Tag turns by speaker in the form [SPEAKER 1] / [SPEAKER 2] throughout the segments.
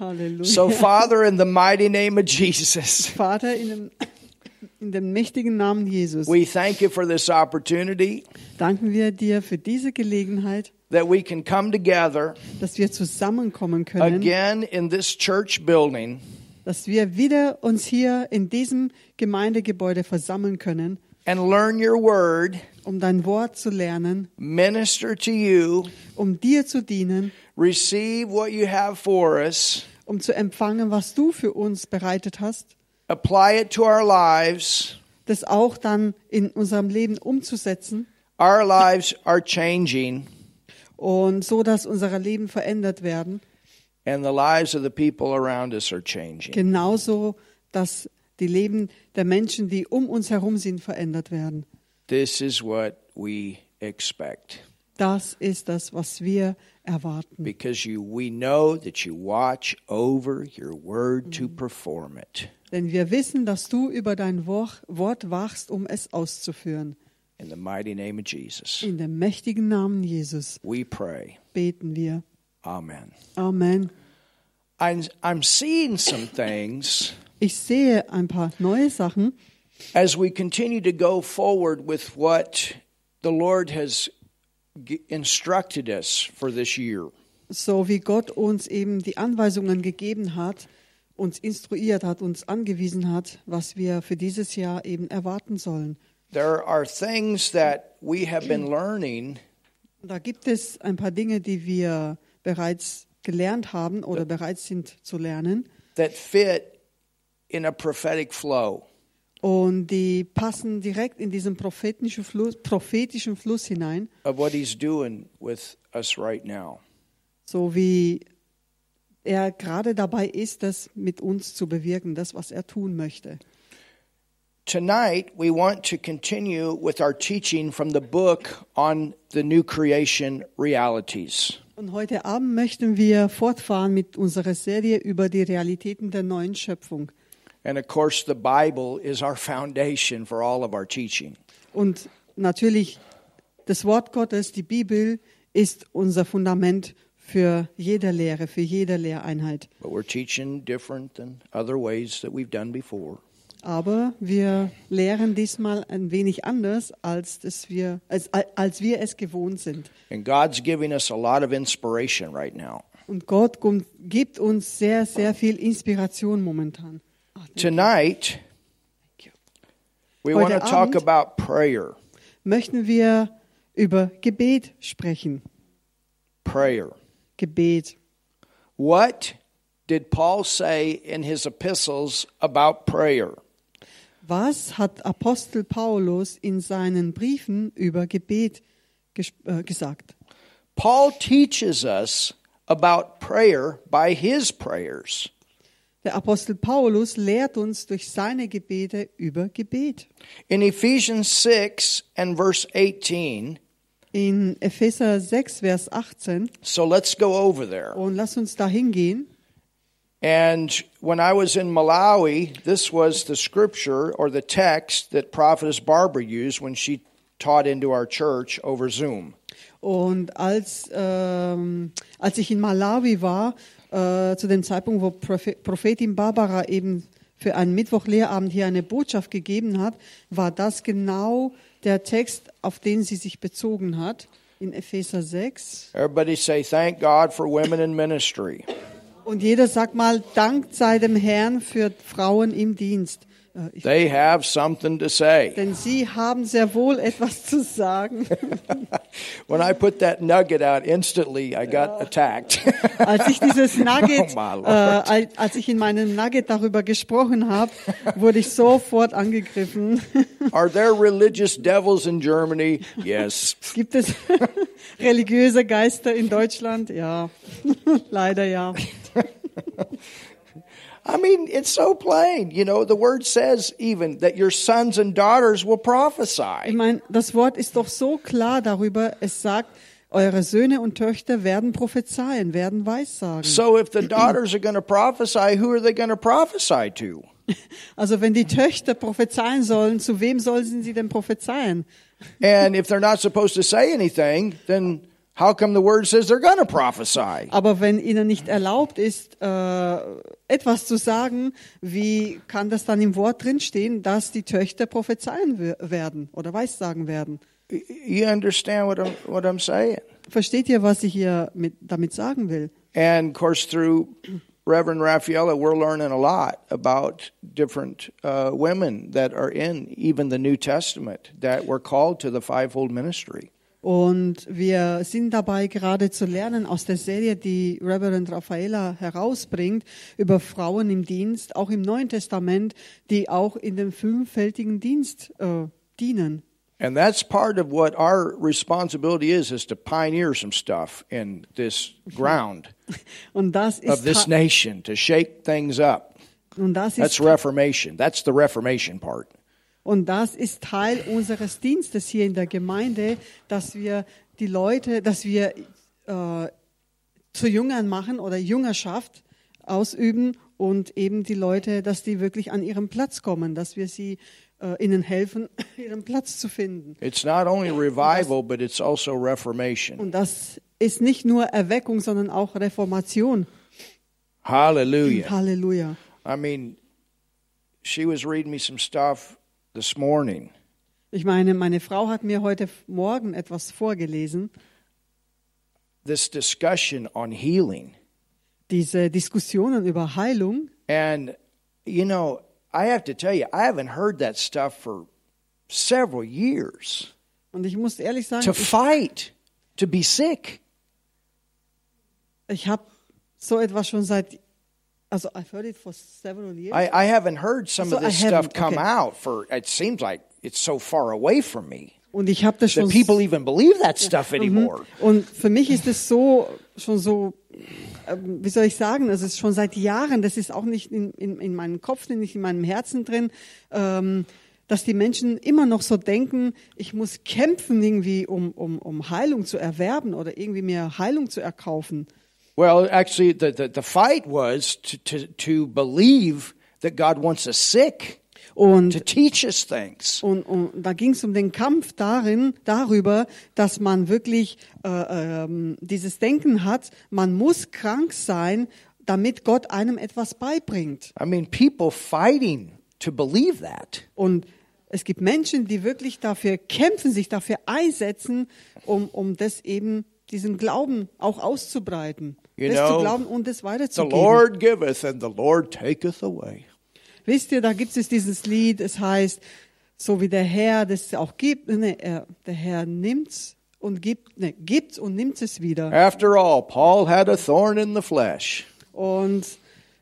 [SPEAKER 1] Halleluja.
[SPEAKER 2] So, Father, in the mighty name of Jesus,
[SPEAKER 1] Vater, in dem, in dem mächtigen Namen Jesus
[SPEAKER 2] we thank you for this opportunity
[SPEAKER 1] danken wir dir für diese Gelegenheit,
[SPEAKER 2] that we can come together
[SPEAKER 1] dass wir zusammenkommen können,
[SPEAKER 2] again in this church building
[SPEAKER 1] dass wir wieder uns hier in diesem Gemeindegebäude versammeln können,
[SPEAKER 2] and learn your word,
[SPEAKER 1] um dein Wort zu lernen,
[SPEAKER 2] minister to you,
[SPEAKER 1] um dir zu dienen,
[SPEAKER 2] receive what you have for us,
[SPEAKER 1] um zu empfangen, was du für uns bereitet hast,
[SPEAKER 2] apply it to our lives.
[SPEAKER 1] das auch dann in unserem Leben umzusetzen
[SPEAKER 2] Our lives are changing,
[SPEAKER 1] und so, dass unsere Leben verändert werden,
[SPEAKER 2] and the lives of the people around us are changing.
[SPEAKER 1] genauso, dass die Leben der Menschen, die um uns herum sind, verändert werden.
[SPEAKER 2] This is what we expect
[SPEAKER 1] Das ist das, was wir erwarten.
[SPEAKER 2] because you we know that you watch over your word to perform it.
[SPEAKER 1] Denn wir wissen, dass du über dein Wo- Wort wachst, um es auszuführen.
[SPEAKER 2] In the mighty name of Jesus,
[SPEAKER 1] In dem mächtigen Namen Jesus
[SPEAKER 2] we pray.
[SPEAKER 1] beten wir.
[SPEAKER 2] Amen.
[SPEAKER 1] Amen.
[SPEAKER 2] I'm, I'm seeing some things
[SPEAKER 1] Ich sehe ein paar neue Sachen,
[SPEAKER 2] as we continue to go forward with what the Lord has g- instructed us for this year.
[SPEAKER 1] so wie Gott uns eben die Anweisungen gegeben hat, uns instruiert hat, uns angewiesen hat, was wir für dieses Jahr eben erwarten sollen.
[SPEAKER 2] There are things that we have been learning
[SPEAKER 1] Da gibt es ein paar Dinge, die wir bereits gelernt haben oder bereit sind zu lernen
[SPEAKER 2] that fit in a prophetic flow.
[SPEAKER 1] und die passen direkt in diesen prophetischen Fluss, prophetischen Fluss hinein.
[SPEAKER 2] of what he's doing with us right now.
[SPEAKER 1] so wie er gerade dabei ist, das mit uns zu bewirken, das, was er tun möchte.
[SPEAKER 2] Tonight, we want to continue with our teaching from the book on the new creation realities.
[SPEAKER 1] Und heute Abend möchten wir fortfahren mit unserer Serie über die Realitäten der neuen Schöpfung.
[SPEAKER 2] And of course, the Bible is our foundation for all of our teaching.
[SPEAKER 1] Und natürlich, das Wort Gottes, die Bibel, ist unser Fundament für jede Lehre, für jede Lehreinheit.
[SPEAKER 2] But we're teaching different than other ways that we've done before.
[SPEAKER 1] Aber wir lehren diesmal ein wenig anders, als, dass wir, als, als wir es gewohnt sind.
[SPEAKER 2] And God's giving us a lot of inspiration right now.
[SPEAKER 1] Und Gott gum- gibt uns sehr, sehr viel Inspiration momentan. Ah, Ach,
[SPEAKER 2] Tonight, we want to
[SPEAKER 1] Heute
[SPEAKER 2] talk
[SPEAKER 1] Abend-
[SPEAKER 2] about prayer.
[SPEAKER 1] Möchten wir über Gebet sprechen?
[SPEAKER 2] Prayer.
[SPEAKER 1] Gebet.
[SPEAKER 2] What did Paul say in his epistles about prayer?
[SPEAKER 1] Was hat Apostel Paulus in seinen Briefen über Gebet ges äh, gesagt?
[SPEAKER 2] Paul teaches us about prayer by his prayers.
[SPEAKER 1] Der Apostel Paulus lehrt uns durch seine Gebete über Gebet.
[SPEAKER 2] In Ephesians 6 and verse 18,
[SPEAKER 1] In Epheser 6, Vers 18.
[SPEAKER 2] so let's go over there.
[SPEAKER 1] Und lass uns da hingehen.
[SPEAKER 2] And when I was in Malawi, this was the scripture or the text that Prophetess Barbara used when she taught into our church over Zoom.
[SPEAKER 1] Und als, ähm, als ich in Malawi war, äh, zu dem Zeitpunkt, wo Prophe- Prophetin Barbara eben für einen Mittwoch-Lehrabend hier eine Botschaft gegeben hat, war das genau der Text, auf den sie sich bezogen hat, in Epheser 6.
[SPEAKER 2] Everybody say, Thank God for women in ministry.
[SPEAKER 1] Und jeder sagt mal, Dank sei dem Herrn für Frauen im Dienst. Äh, ich,
[SPEAKER 2] They have something to say.
[SPEAKER 1] denn sie haben sehr wohl etwas zu sagen.
[SPEAKER 2] When I put that nugget out instantly, I got attacked.
[SPEAKER 1] Als ich dieses Nugget,
[SPEAKER 2] Oh, my Lord.
[SPEAKER 1] äh, als, als ich in meinem Nugget darüber gesprochen habe, wurde ich sofort angegriffen.
[SPEAKER 2] Are there religious devils in Germany? Yes.
[SPEAKER 1] Gibt es religiöse Geister in Deutschland? Ja, leider ja.
[SPEAKER 2] I mean, it's so plain. You know, the word says even that your sons and daughters will
[SPEAKER 1] Ich
[SPEAKER 2] prophesy.
[SPEAKER 1] meine, das Wort ist doch so klar darüber. Es sagt, eure Söhne und Töchter werden prophezeien, werden weissagen.
[SPEAKER 2] So if the daughters are going to prophesy, who are they going to prophesy to?
[SPEAKER 1] Also wenn die Töchter prophezeien sollen, zu wem sollen sie denn prophezeien?
[SPEAKER 2] And if they're not supposed to say anything, then how come the word says they're going to prophesy?
[SPEAKER 1] Aber wenn ihnen nicht erlaubt ist, äh, etwas zu sagen, wie kann das dann im Wort drinstehen, dass die Töchter prophezeien wer- werden oder weissagen werden?
[SPEAKER 2] Y- You understand what I'm, what I'm saying?
[SPEAKER 1] Versteht ihr, was ich hier mit, damit sagen will?
[SPEAKER 2] And of course, through Reverend Raffaella, we're learning a lot about different uh, women that are in even the New Testament that were called to the fivefold ministry.
[SPEAKER 1] Und wir sind dabei gerade zu lernen aus der Serie, die Reverend Raffaella herausbringt, über Frauen im Dienst, auch im Neuen Testament, die auch in dem fünffältigen Dienst äh, dienen.
[SPEAKER 2] And that's part of what our responsibility is, is to pioneer some stuff in this ground
[SPEAKER 1] Und das
[SPEAKER 2] of
[SPEAKER 1] ist,
[SPEAKER 2] this
[SPEAKER 1] ta-
[SPEAKER 2] nation, to shake things up.
[SPEAKER 1] und das ist
[SPEAKER 2] That's Reformation. That's the Reformation part.
[SPEAKER 1] Und das ist Teil unseres Dienstes hier in der Gemeinde, dass wir die Leute, dass wir äh, zu Jüngern machen oder Jüngerschaft ausüben und eben die Leute, dass die wirklich an ihren Platz kommen, dass wir sie äh, ihnen helfen, ihren Platz zu finden.
[SPEAKER 2] It's not only revival, but it's also reformation.
[SPEAKER 1] Und das ist nicht nur Erweckung, sondern auch Reformation.
[SPEAKER 2] Hallelujah.
[SPEAKER 1] Halleluja.
[SPEAKER 2] I mean, she was reading me some stuff this morning,
[SPEAKER 1] Ich meine, meine Frau hat mir heute Morgen etwas vorgelesen,
[SPEAKER 2] this discussion on healing.
[SPEAKER 1] diese Diskussionen über Heilung.
[SPEAKER 2] And, you know, I have to tell you, I haven't heard that stuff for several years.
[SPEAKER 1] Und ich muss ehrlich sagen,
[SPEAKER 2] To
[SPEAKER 1] ich
[SPEAKER 2] fight, to be sick.
[SPEAKER 1] Ich habe so etwas schon seit, also I've heard it for several years.
[SPEAKER 2] I, I haven't heard some
[SPEAKER 1] So
[SPEAKER 2] of
[SPEAKER 1] I
[SPEAKER 2] this stuff
[SPEAKER 1] haven't,
[SPEAKER 2] come
[SPEAKER 1] okay.
[SPEAKER 2] out for, it seems like it's so far away from me
[SPEAKER 1] und ich habe das
[SPEAKER 2] that
[SPEAKER 1] schon.
[SPEAKER 2] people even believe that stuff
[SPEAKER 1] Mm-hmm.
[SPEAKER 2] anymore.
[SPEAKER 1] und für mich ist es so, schon so, ähm, wie soll ich sagen, es ist schon seit Jahren, das ist auch nicht in, in, in meinem Kopf, nicht in meinem Herzen drin, ähm, dass die Menschen immer noch so denken, ich muss kämpfen irgendwie, um, um, um Heilung zu erwerben oder irgendwie mir Heilung zu erkaufen.
[SPEAKER 2] Well, actually, the, the, the fight was to, to, to believe that God wants us sick
[SPEAKER 1] Und
[SPEAKER 2] to teach us things.
[SPEAKER 1] Und, und da ging es um den Kampf darin, darüber, dass man wirklich äh, ähm, dieses Denken hat, man muss krank sein, damit Gott einem etwas beibringt.
[SPEAKER 2] I mean, people fighting to believe that.
[SPEAKER 1] Und es gibt Menschen, die wirklich dafür kämpfen, sich dafür einsetzen, um, um das eben, diesen Glauben auch auszubreiten.
[SPEAKER 2] You
[SPEAKER 1] das zu
[SPEAKER 2] know,
[SPEAKER 1] glauben und das
[SPEAKER 2] The
[SPEAKER 1] weiterzugeben.
[SPEAKER 2] Lord giveth and the Lord taketh away.
[SPEAKER 1] Wisst ihr, da gibt es dieses Lied, es heißt, so wie der Herr das auch gibt, ne, er, der Herr nimmt's und gibt, ne, gibt und nimmt es wieder.
[SPEAKER 2] After all, Paul had a thorn in the flesh.
[SPEAKER 1] Und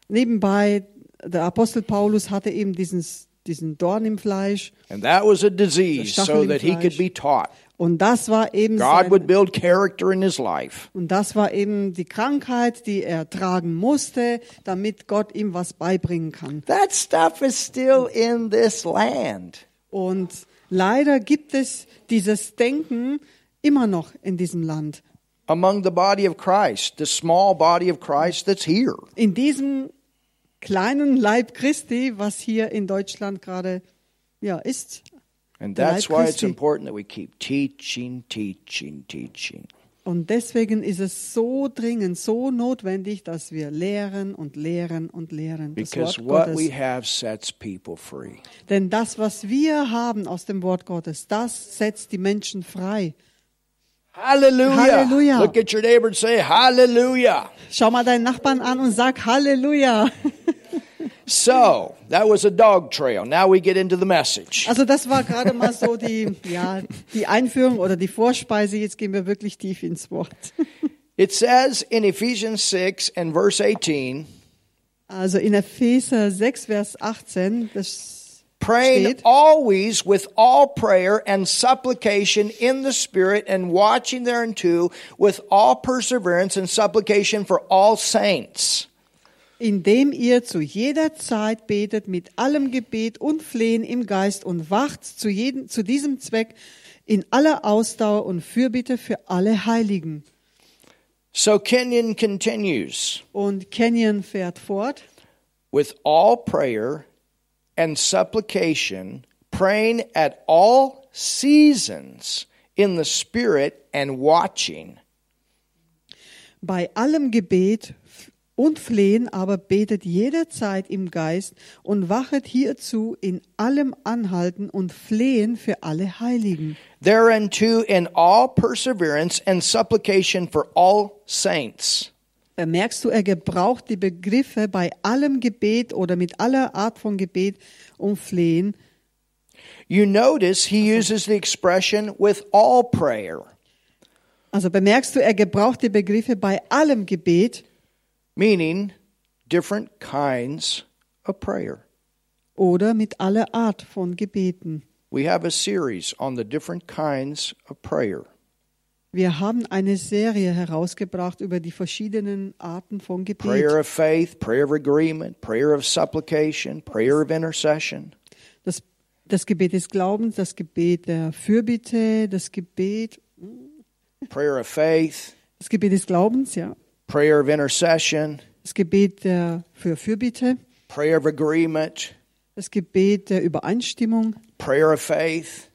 [SPEAKER 1] nebenbei, der Apostel Paulus hatte eben dieses, diesen Dorn im Fleisch
[SPEAKER 2] And that was a disease
[SPEAKER 1] Der Stachel
[SPEAKER 2] so
[SPEAKER 1] im
[SPEAKER 2] that he could
[SPEAKER 1] Fleisch.
[SPEAKER 2] be taught.
[SPEAKER 1] und das war eben
[SPEAKER 2] God would
[SPEAKER 1] seine,
[SPEAKER 2] build character in his life.
[SPEAKER 1] und das war eben die Krankheit, die er tragen musste, damit Gott ihm was beibringen kann.
[SPEAKER 2] That stuff is still in this land.
[SPEAKER 1] Und leider gibt es dieses Denken immer noch in diesem Land.
[SPEAKER 2] Among the body of Christ, the small body of Christ that's here.
[SPEAKER 1] in diesem kleinen Leib Christi, was hier in Deutschland gerade ja ist.
[SPEAKER 2] And
[SPEAKER 1] Der Leib
[SPEAKER 2] that's why it's
[SPEAKER 1] Christi.
[SPEAKER 2] important that we keep teaching, teaching, teaching.
[SPEAKER 1] Und deswegen ist es so dringend, so notwendig, dass wir lehren und lehren und lehren. Das
[SPEAKER 2] Because
[SPEAKER 1] Wort
[SPEAKER 2] what we
[SPEAKER 1] Gottes.
[SPEAKER 2] have sets people free.
[SPEAKER 1] Denn das, was wir haben aus dem Wort Gottes, das setzt die Menschen frei.
[SPEAKER 2] Hallelujah.
[SPEAKER 1] Hallelujah.
[SPEAKER 2] Look at your neighbor and say, Hallelujah.
[SPEAKER 1] Schau mal deinen Nachbarn an und sag Halleluja.
[SPEAKER 2] So, that was a dog trail. Now we get into the message.
[SPEAKER 1] Also das war gerade mal so die, ja, die Einführung oder die Vorspeise. Jetzt gehen wir wirklich tief ins Wort.
[SPEAKER 2] It says in Ephesians 6 and verse 18,
[SPEAKER 1] Also in Epheser 6, Vers 18, das
[SPEAKER 2] praying
[SPEAKER 1] steht,
[SPEAKER 2] always with all prayer and supplication in the Spirit and watching thereunto with all perseverance and supplication for all saints.
[SPEAKER 1] indem ihr zu jeder Zeit betet mit allem Gebet und Flehen im Geist und wacht zu, jedem, zu diesem Zweck in aller Ausdauer und Fürbitte für alle Heiligen.
[SPEAKER 2] So Kenyon continues.
[SPEAKER 1] Und Kenyon fährt fort.
[SPEAKER 2] with all prayer and supplication, praying at all seasons in the Spirit and watching.
[SPEAKER 1] Bei allem Gebet und Flehen aber betet jederzeit im Geist und wachet hierzu in allem Anhalten und Flehen für alle Heiligen.
[SPEAKER 2] Thereunto in all perseverance and supplication for all saints.
[SPEAKER 1] Äh, Merkst du, er gebraucht die Begriffe bei allem Gebet oder mit aller Art von Gebet und Flehen.
[SPEAKER 2] You notice he uses the expression with all prayer,
[SPEAKER 1] Also bemerkst du, er gebraucht die Begriffe bei allem Gebet
[SPEAKER 2] meaning different kinds of prayer.
[SPEAKER 1] oder mit aller Art von Gebeten.
[SPEAKER 2] We have a series on the different kinds of prayer.
[SPEAKER 1] Wir haben eine Serie herausgebracht über die verschiedenen Arten von Gebet.
[SPEAKER 2] prayer of faith, prayer of agreement, prayer of supplication, prayer of intercession.
[SPEAKER 1] Das, das Gebet des Glaubens, das Gebet der Fürbitte, das Gebet,
[SPEAKER 2] prayer of faith,
[SPEAKER 1] das Gebet des Glaubens, ja,
[SPEAKER 2] prayer of intercession,
[SPEAKER 1] das Gebet der für Fürbitte,
[SPEAKER 2] prayer of agreement,
[SPEAKER 1] das Gebet der Übereinstimmung,
[SPEAKER 2] prayer of faith.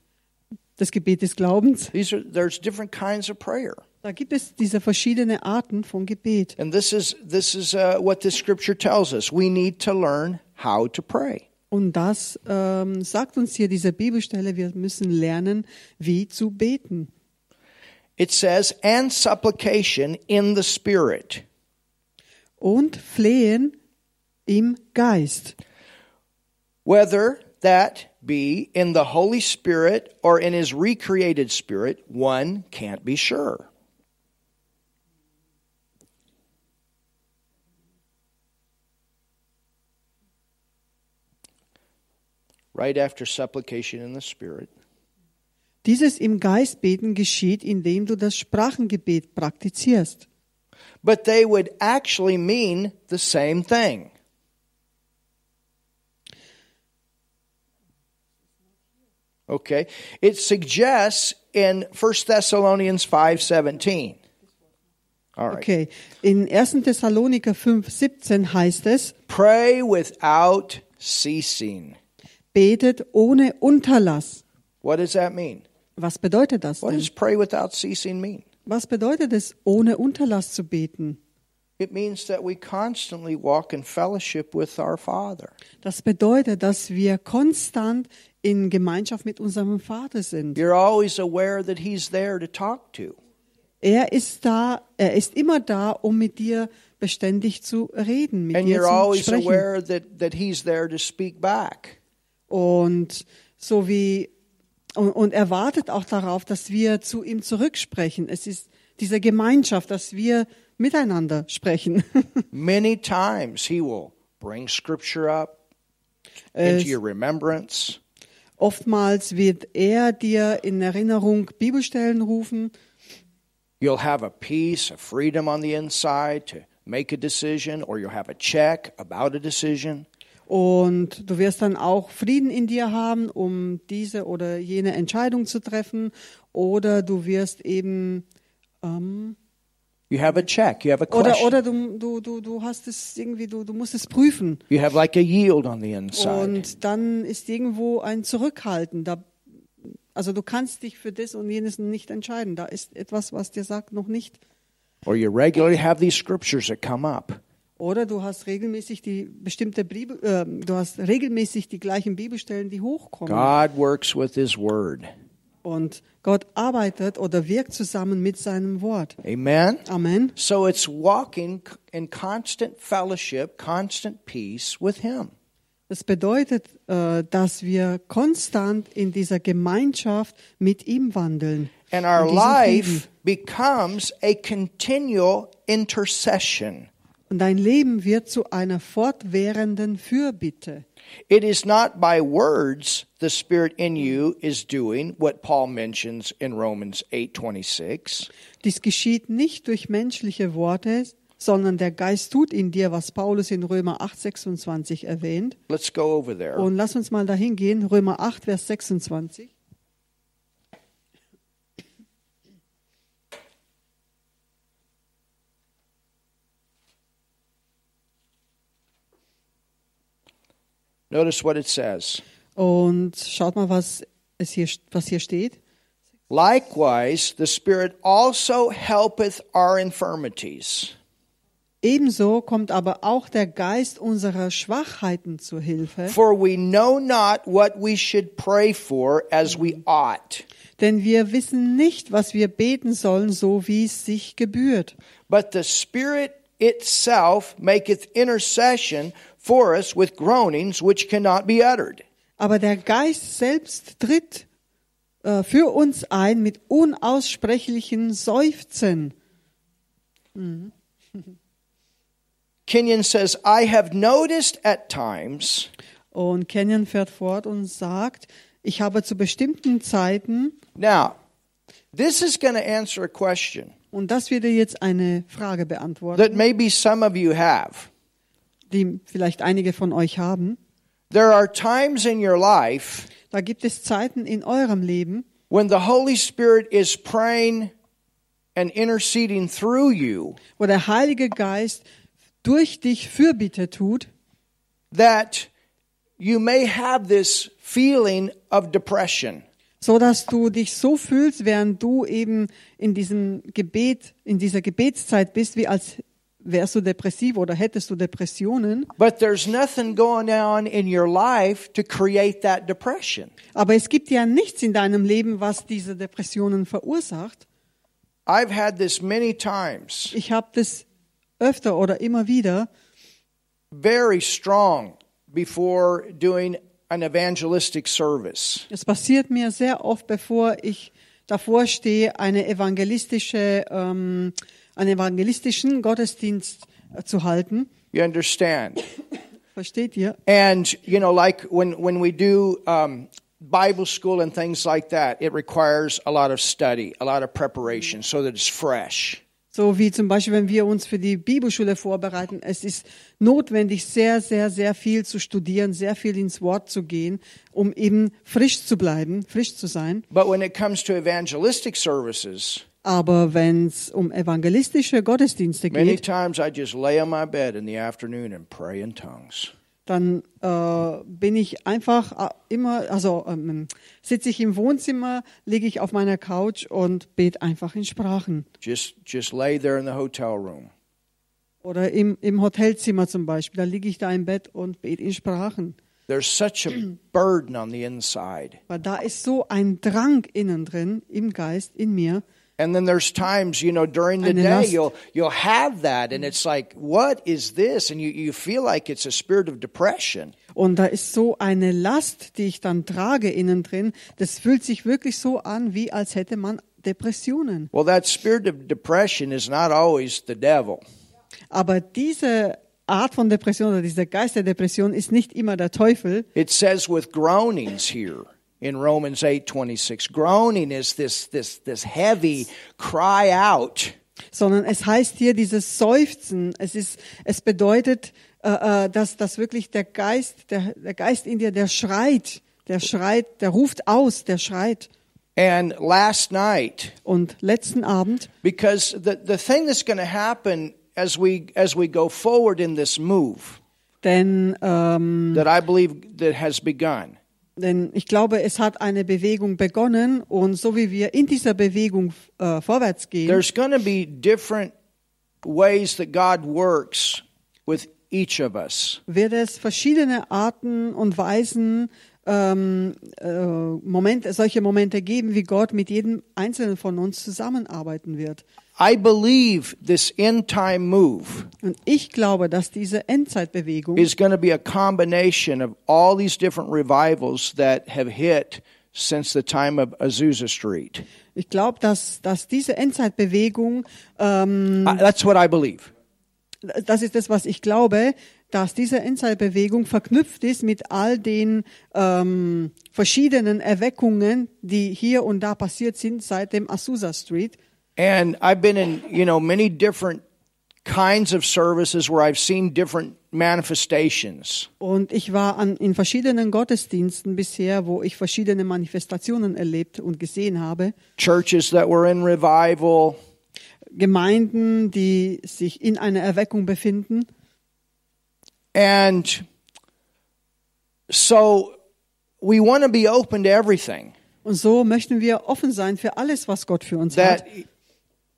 [SPEAKER 1] das Gebet des Glaubens.
[SPEAKER 2] These are there's different kinds of prayer,
[SPEAKER 1] Da gibt es diese verschiedenen Arten von Gebet.
[SPEAKER 2] and this is this is uh, what this scripture tells us. We need to learn how to pray.
[SPEAKER 1] Und das ähm, sagt uns hier diese Bibelstelle, wir müssen lernen, wie zu beten.
[SPEAKER 2] It says, and supplication in the spirit.
[SPEAKER 1] Und flehen im Geist.
[SPEAKER 2] whether that be in the Holy Spirit or in his recreated spirit, one can't be sure. Right after supplication in the Spirit,
[SPEAKER 1] Dieses im Geist beten geschieht, indem du das Sprachengebet praktizierst.
[SPEAKER 2] but they would actually mean the same thing. Okay. It suggests in 1 Thessalonians 5:17. All right.
[SPEAKER 1] Okay. In 1. Thessaloniker 5,17 heißt es,
[SPEAKER 2] Pray without ceasing.
[SPEAKER 1] betet ohne Unterlass.
[SPEAKER 2] What does that mean?
[SPEAKER 1] Was bedeutet das
[SPEAKER 2] What
[SPEAKER 1] denn?
[SPEAKER 2] does pray without ceasing mean?
[SPEAKER 1] Was bedeutet es, ohne Unterlass zu beten?
[SPEAKER 2] It means that we constantly walk in fellowship with our Father.
[SPEAKER 1] Das bedeutet, dass wir konstant in Gemeinschaft mit unserem Vater sind.
[SPEAKER 2] You're always aware that He's there to talk to.
[SPEAKER 1] Er ist da, er ist immer da, um mit dir beständig zu reden, mit
[SPEAKER 2] And
[SPEAKER 1] dir
[SPEAKER 2] you're
[SPEAKER 1] zu
[SPEAKER 2] always
[SPEAKER 1] sprechen.
[SPEAKER 2] aware that, that He's there to speak back.
[SPEAKER 1] Und so wie und, und er wartet auch darauf, dass wir zu ihm zurücksprechen. Es ist diese Gemeinschaft, dass wir miteinander sprechen.
[SPEAKER 2] Many times He will bring Scripture up
[SPEAKER 1] Es-
[SPEAKER 2] into your remembrance.
[SPEAKER 1] Oftmals wird er dir in Erinnerung Bibelstellen rufen.
[SPEAKER 2] You'll have a peace, a freedom on the inside to make a decision, or you'll have a check about a decision.
[SPEAKER 1] Und du wirst dann auch Frieden in dir haben, um diese oder jene Entscheidung zu treffen. Oder du wirst eben ähm,
[SPEAKER 2] You have a check. You have a
[SPEAKER 1] oder
[SPEAKER 2] question.
[SPEAKER 1] oder du, du, du, du hast es irgendwie, du, du musst es prüfen.
[SPEAKER 2] You have like a yield on the inside.
[SPEAKER 1] Und dann ist irgendwo ein Zurückhalten. Da, also du kannst dich für das und jenes nicht entscheiden. Da ist etwas, was dir sagt, noch nicht.
[SPEAKER 2] or you regularly have these scriptures that come up.
[SPEAKER 1] Oder du hast regelmäßig die bestimmte Bibel, äh, du hast regelmäßig die gleichen Bibelstellen, die hochkommen.
[SPEAKER 2] God works with his word.
[SPEAKER 1] Und Gott arbeitet oder wirkt zusammen mit seinem Wort.
[SPEAKER 2] Amen.
[SPEAKER 1] Amen.
[SPEAKER 2] So it's walking in constant fellowship, constant peace with him.
[SPEAKER 1] Das bedeutet, äh, dass wir konstant in dieser Gemeinschaft mit ihm wandeln.
[SPEAKER 2] And our
[SPEAKER 1] In diesem Frieden.
[SPEAKER 2] life becomes a continual intercession.
[SPEAKER 1] Und dein Leben wird zu einer fortwährenden Fürbitte.
[SPEAKER 2] It is not by words the spirit in you is doing what Paul mentions in Romans 8:26.
[SPEAKER 1] Dies geschieht nicht durch menschliche Worte, sondern der Geist tut in dir, was Paulus in Römer 8, 26 erwähnt.
[SPEAKER 2] Let's go over there.
[SPEAKER 1] Und lass uns mal dahin gehen, Römer 8, Vers 26.
[SPEAKER 2] Notice what it says.
[SPEAKER 1] Und schaut mal, was, es hier, was hier steht.
[SPEAKER 2] Likewise, the Spirit also helpeth our infirmities.
[SPEAKER 1] Ebenso kommt aber auch der Geist unserer Schwachheiten zu Hilfe,
[SPEAKER 2] For we know not what we should pray for as we ought.
[SPEAKER 1] denn wir wissen nicht, was wir beten sollen, so wie es sich gebührt.
[SPEAKER 2] But the Spirit itself maketh intercession for us with groanings which cannot be uttered.
[SPEAKER 1] Aber der Geist selbst tritt äh, für uns ein mit unaussprechlichen Seufzen.
[SPEAKER 2] Kenyon says, I have noticed at times
[SPEAKER 1] Und Kenyon fährt fort und sagt, ich habe zu bestimmten Zeiten,
[SPEAKER 2] Now, this is going to answer a question
[SPEAKER 1] und das wird dir jetzt eine Frage beantworten,
[SPEAKER 2] that maybe some of you have.
[SPEAKER 1] die vielleicht einige von euch haben.
[SPEAKER 2] There are times in your life
[SPEAKER 1] Da gibt es Zeiten in eurem Leben,
[SPEAKER 2] when the Holy Spirit is praying and interceding through you
[SPEAKER 1] wo der Heilige Geist durch dich Fürbitte tut,
[SPEAKER 2] that you may have this feeling of depression.
[SPEAKER 1] so dass du dich so fühlst, während du eben in diesem Gebet, in dieser Gebetszeit bist, wie als wärst du depressiv oder hättest du Depressionen.
[SPEAKER 2] But there's nothing going on in your life to create that depression.
[SPEAKER 1] Aber es gibt ja nichts in deinem Leben, was diese Depressionen verursacht.
[SPEAKER 2] I've had this many times.
[SPEAKER 1] Ich habe das öfter oder immer wieder
[SPEAKER 2] Very strong before doing an evangelistic service.
[SPEAKER 1] Es passiert mir sehr oft, bevor ich davor stehe, eine evangelistische, ähm, einen evangelistischen Gottesdienst äh, zu halten.
[SPEAKER 2] You understand?
[SPEAKER 1] Versteht ihr?
[SPEAKER 2] And you know, like when when we do um, Bible school and things like that, it requires a lot of study, a lot of preparation, so that it's fresh.
[SPEAKER 1] So wie zum Beispiel, wenn wir uns für die Bibelschule vorbereiten. Es ist notwendig, sehr, sehr, sehr viel zu studieren, sehr viel ins Wort zu gehen, um eben frisch zu bleiben, frisch zu sein.
[SPEAKER 2] But when it comes to evangelistic services,
[SPEAKER 1] Aber wenn es um evangelistische Gottesdienste
[SPEAKER 2] many
[SPEAKER 1] geht,
[SPEAKER 2] times I just lay on my bed in the afternoon and pray in tongues.
[SPEAKER 1] dann äh, bin ich einfach äh, immer, also ähm, sitze ich im Wohnzimmer, liege ich auf meiner Couch und bete einfach in Sprachen.
[SPEAKER 2] Just just lay there in the hotel room.
[SPEAKER 1] Oder im, im Hotelzimmer zum Beispiel, da liege ich da im Bett und bete in Sprachen.
[SPEAKER 2] There's such a burden on the inside.
[SPEAKER 1] Weil da ist so ein Drang innen drin, im Geist, in mir.
[SPEAKER 2] And then there's times, you know, during the
[SPEAKER 1] Eine
[SPEAKER 2] day
[SPEAKER 1] Last.
[SPEAKER 2] you'll you'll have that and it's like, what is this? And you, you feel like it's a spirit of depression.
[SPEAKER 1] Und da ist so eine Last, die ich dann trage innen drin. Das fühlt sich wirklich so an, wie als hätte man Depressionen.
[SPEAKER 2] Well, that spirit of depression is not always the devil.
[SPEAKER 1] Aber diese Art von Depression oder dieser Geist der Depression ist nicht immer der Teufel,
[SPEAKER 2] It says with groanings here in Romans eight twenty six. Groaning is this this this heavy cry out.
[SPEAKER 1] sondern es heißt hier dieses Seufzen. Es ist, es bedeutet, äh, äh, dass, dass wirklich der Geist, der, der Geist in dir, der schreit, der schreit, der ruft aus, der schreit.
[SPEAKER 2] And last night
[SPEAKER 1] Und letzten Abend,
[SPEAKER 2] because the, the thing that's going to happen as we as we go forward in this move
[SPEAKER 1] denn, ähm,
[SPEAKER 2] that I believe that has begun
[SPEAKER 1] denn ich glaube, es hat eine Bewegung begonnen und so wie wir in dieser Bewegung äh, vorwärts gehen,
[SPEAKER 2] there's going to be different ways that God works with each of us
[SPEAKER 1] wird es verschiedene Arten und Weisen ähm, äh, Momente, solche Momente geben, wie Gott mit jedem einzelnen von uns zusammenarbeiten wird.
[SPEAKER 2] I believe this end time move
[SPEAKER 1] Und ich glaube, dass diese Endzeitbewegung
[SPEAKER 2] is going to be a combination of all these different revivals that have hit since the time of Azusa Street
[SPEAKER 1] ich glaube, dass, dass diese Endzeitbewegung, ähm,
[SPEAKER 2] I- that's what I believe
[SPEAKER 1] das ist das, was ich glaube, dass diese Endzeitbewegung verknüpft ist mit all den ähm, verschiedenen Erweckungen, die hier und da passiert sind seit dem Azusa Street.
[SPEAKER 2] And I've been in, you know, many different kinds of services where I've seen different manifestations.
[SPEAKER 1] Und ich war an, in verschiedenen Gottesdiensten bisher, wo ich verschiedene Manifestationen erlebt und gesehen habe.
[SPEAKER 2] Churches that were in revival,
[SPEAKER 1] Gemeinden, die sich in einer Erweckung befinden.
[SPEAKER 2] and so we want to be open to everything.
[SPEAKER 1] Und so möchten wir offen sein für alles, was Gott für uns hat.
[SPEAKER 2] that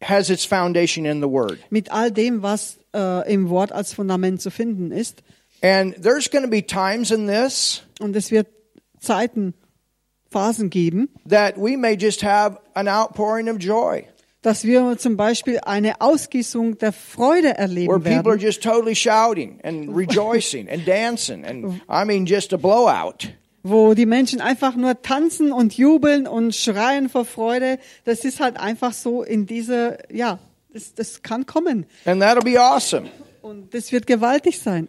[SPEAKER 2] has its foundation in the Word.
[SPEAKER 1] Mit all dem, was äh, im Wort als Fundament zu finden ist.
[SPEAKER 2] And there's going to be times in this
[SPEAKER 1] Und es wird Zeiten, Phasen geben,
[SPEAKER 2] that we may just have an outpouring of joy
[SPEAKER 1] dass wir zum Beispiel eine Ausgießung der Freude
[SPEAKER 2] where
[SPEAKER 1] erleben
[SPEAKER 2] people are
[SPEAKER 1] werden,
[SPEAKER 2] just totally shouting and rejoicing and dancing. And I mean, just a blowout.
[SPEAKER 1] wo die Menschen einfach nur tanzen und jubeln und schreien vor Freude. Das ist halt einfach so in diese, ja, das, das kann kommen.
[SPEAKER 2] And that'll be awesome.
[SPEAKER 1] Und das wird gewaltig sein.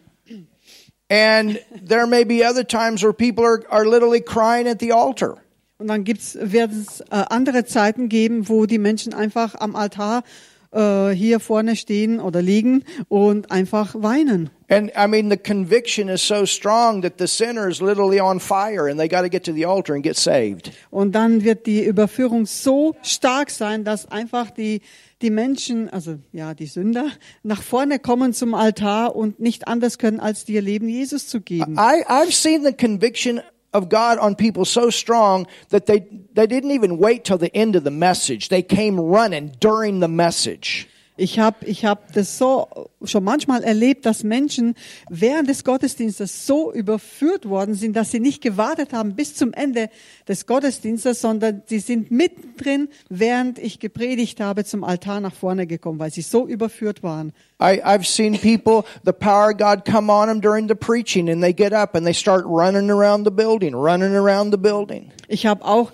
[SPEAKER 2] And there may be other times where people are, are literally crying at the altar.
[SPEAKER 1] Und dann gibt's, wird es äh, andere Zeiten geben, wo die Menschen einfach am Altar äh, hier vorne stehen oder liegen und einfach weinen.
[SPEAKER 2] And I mean, the conviction is so strong that the sinner is literally on fire and they got to get to the altar and get saved.
[SPEAKER 1] Und dann wird die Überführung so stark sein, dass einfach die, die Menschen, also ja, die Sünder, nach vorne kommen zum Altar und nicht anders können, als ihr Leben Jesus zu geben.
[SPEAKER 2] I, I've seen the conviction of God on people so strong that they, they didn't even wait till the end of the message. They came running during the message.
[SPEAKER 1] Ich habe ich hab das so schon manchmal erlebt, dass Menschen während des Gottesdienstes so überführt worden sind, dass sie nicht gewartet haben bis zum Ende des Gottesdienstes, sondern sie sind mittendrin, während ich gepredigt habe, zum Altar nach vorne gekommen, weil sie so überführt waren.
[SPEAKER 2] I, I've seen people, the power of God come on them during the preaching and they get up and they start running around the building, running around the building.
[SPEAKER 1] Ich habe auch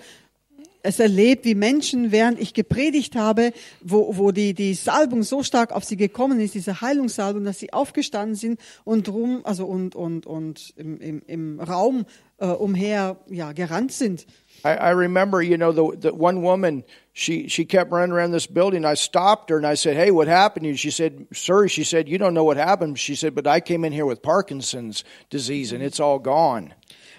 [SPEAKER 1] es erlebt, wie Menschen, während ich gepredigt habe, wo, wo die, die Salbung so stark auf sie gekommen ist, diese Heilungssalbung, dass sie aufgestanden sind und drum, also und, und, und im, im, im Raum äh, umher ja, gerannt sind.
[SPEAKER 2] I, I remember, you know, the, the one woman, she, she kept running around this building. I stopped her and I said, Hey, what happened? And she said, Sir, she said, You don't know what happened. She said, But I came in here with Parkinson's disease and it's all gone.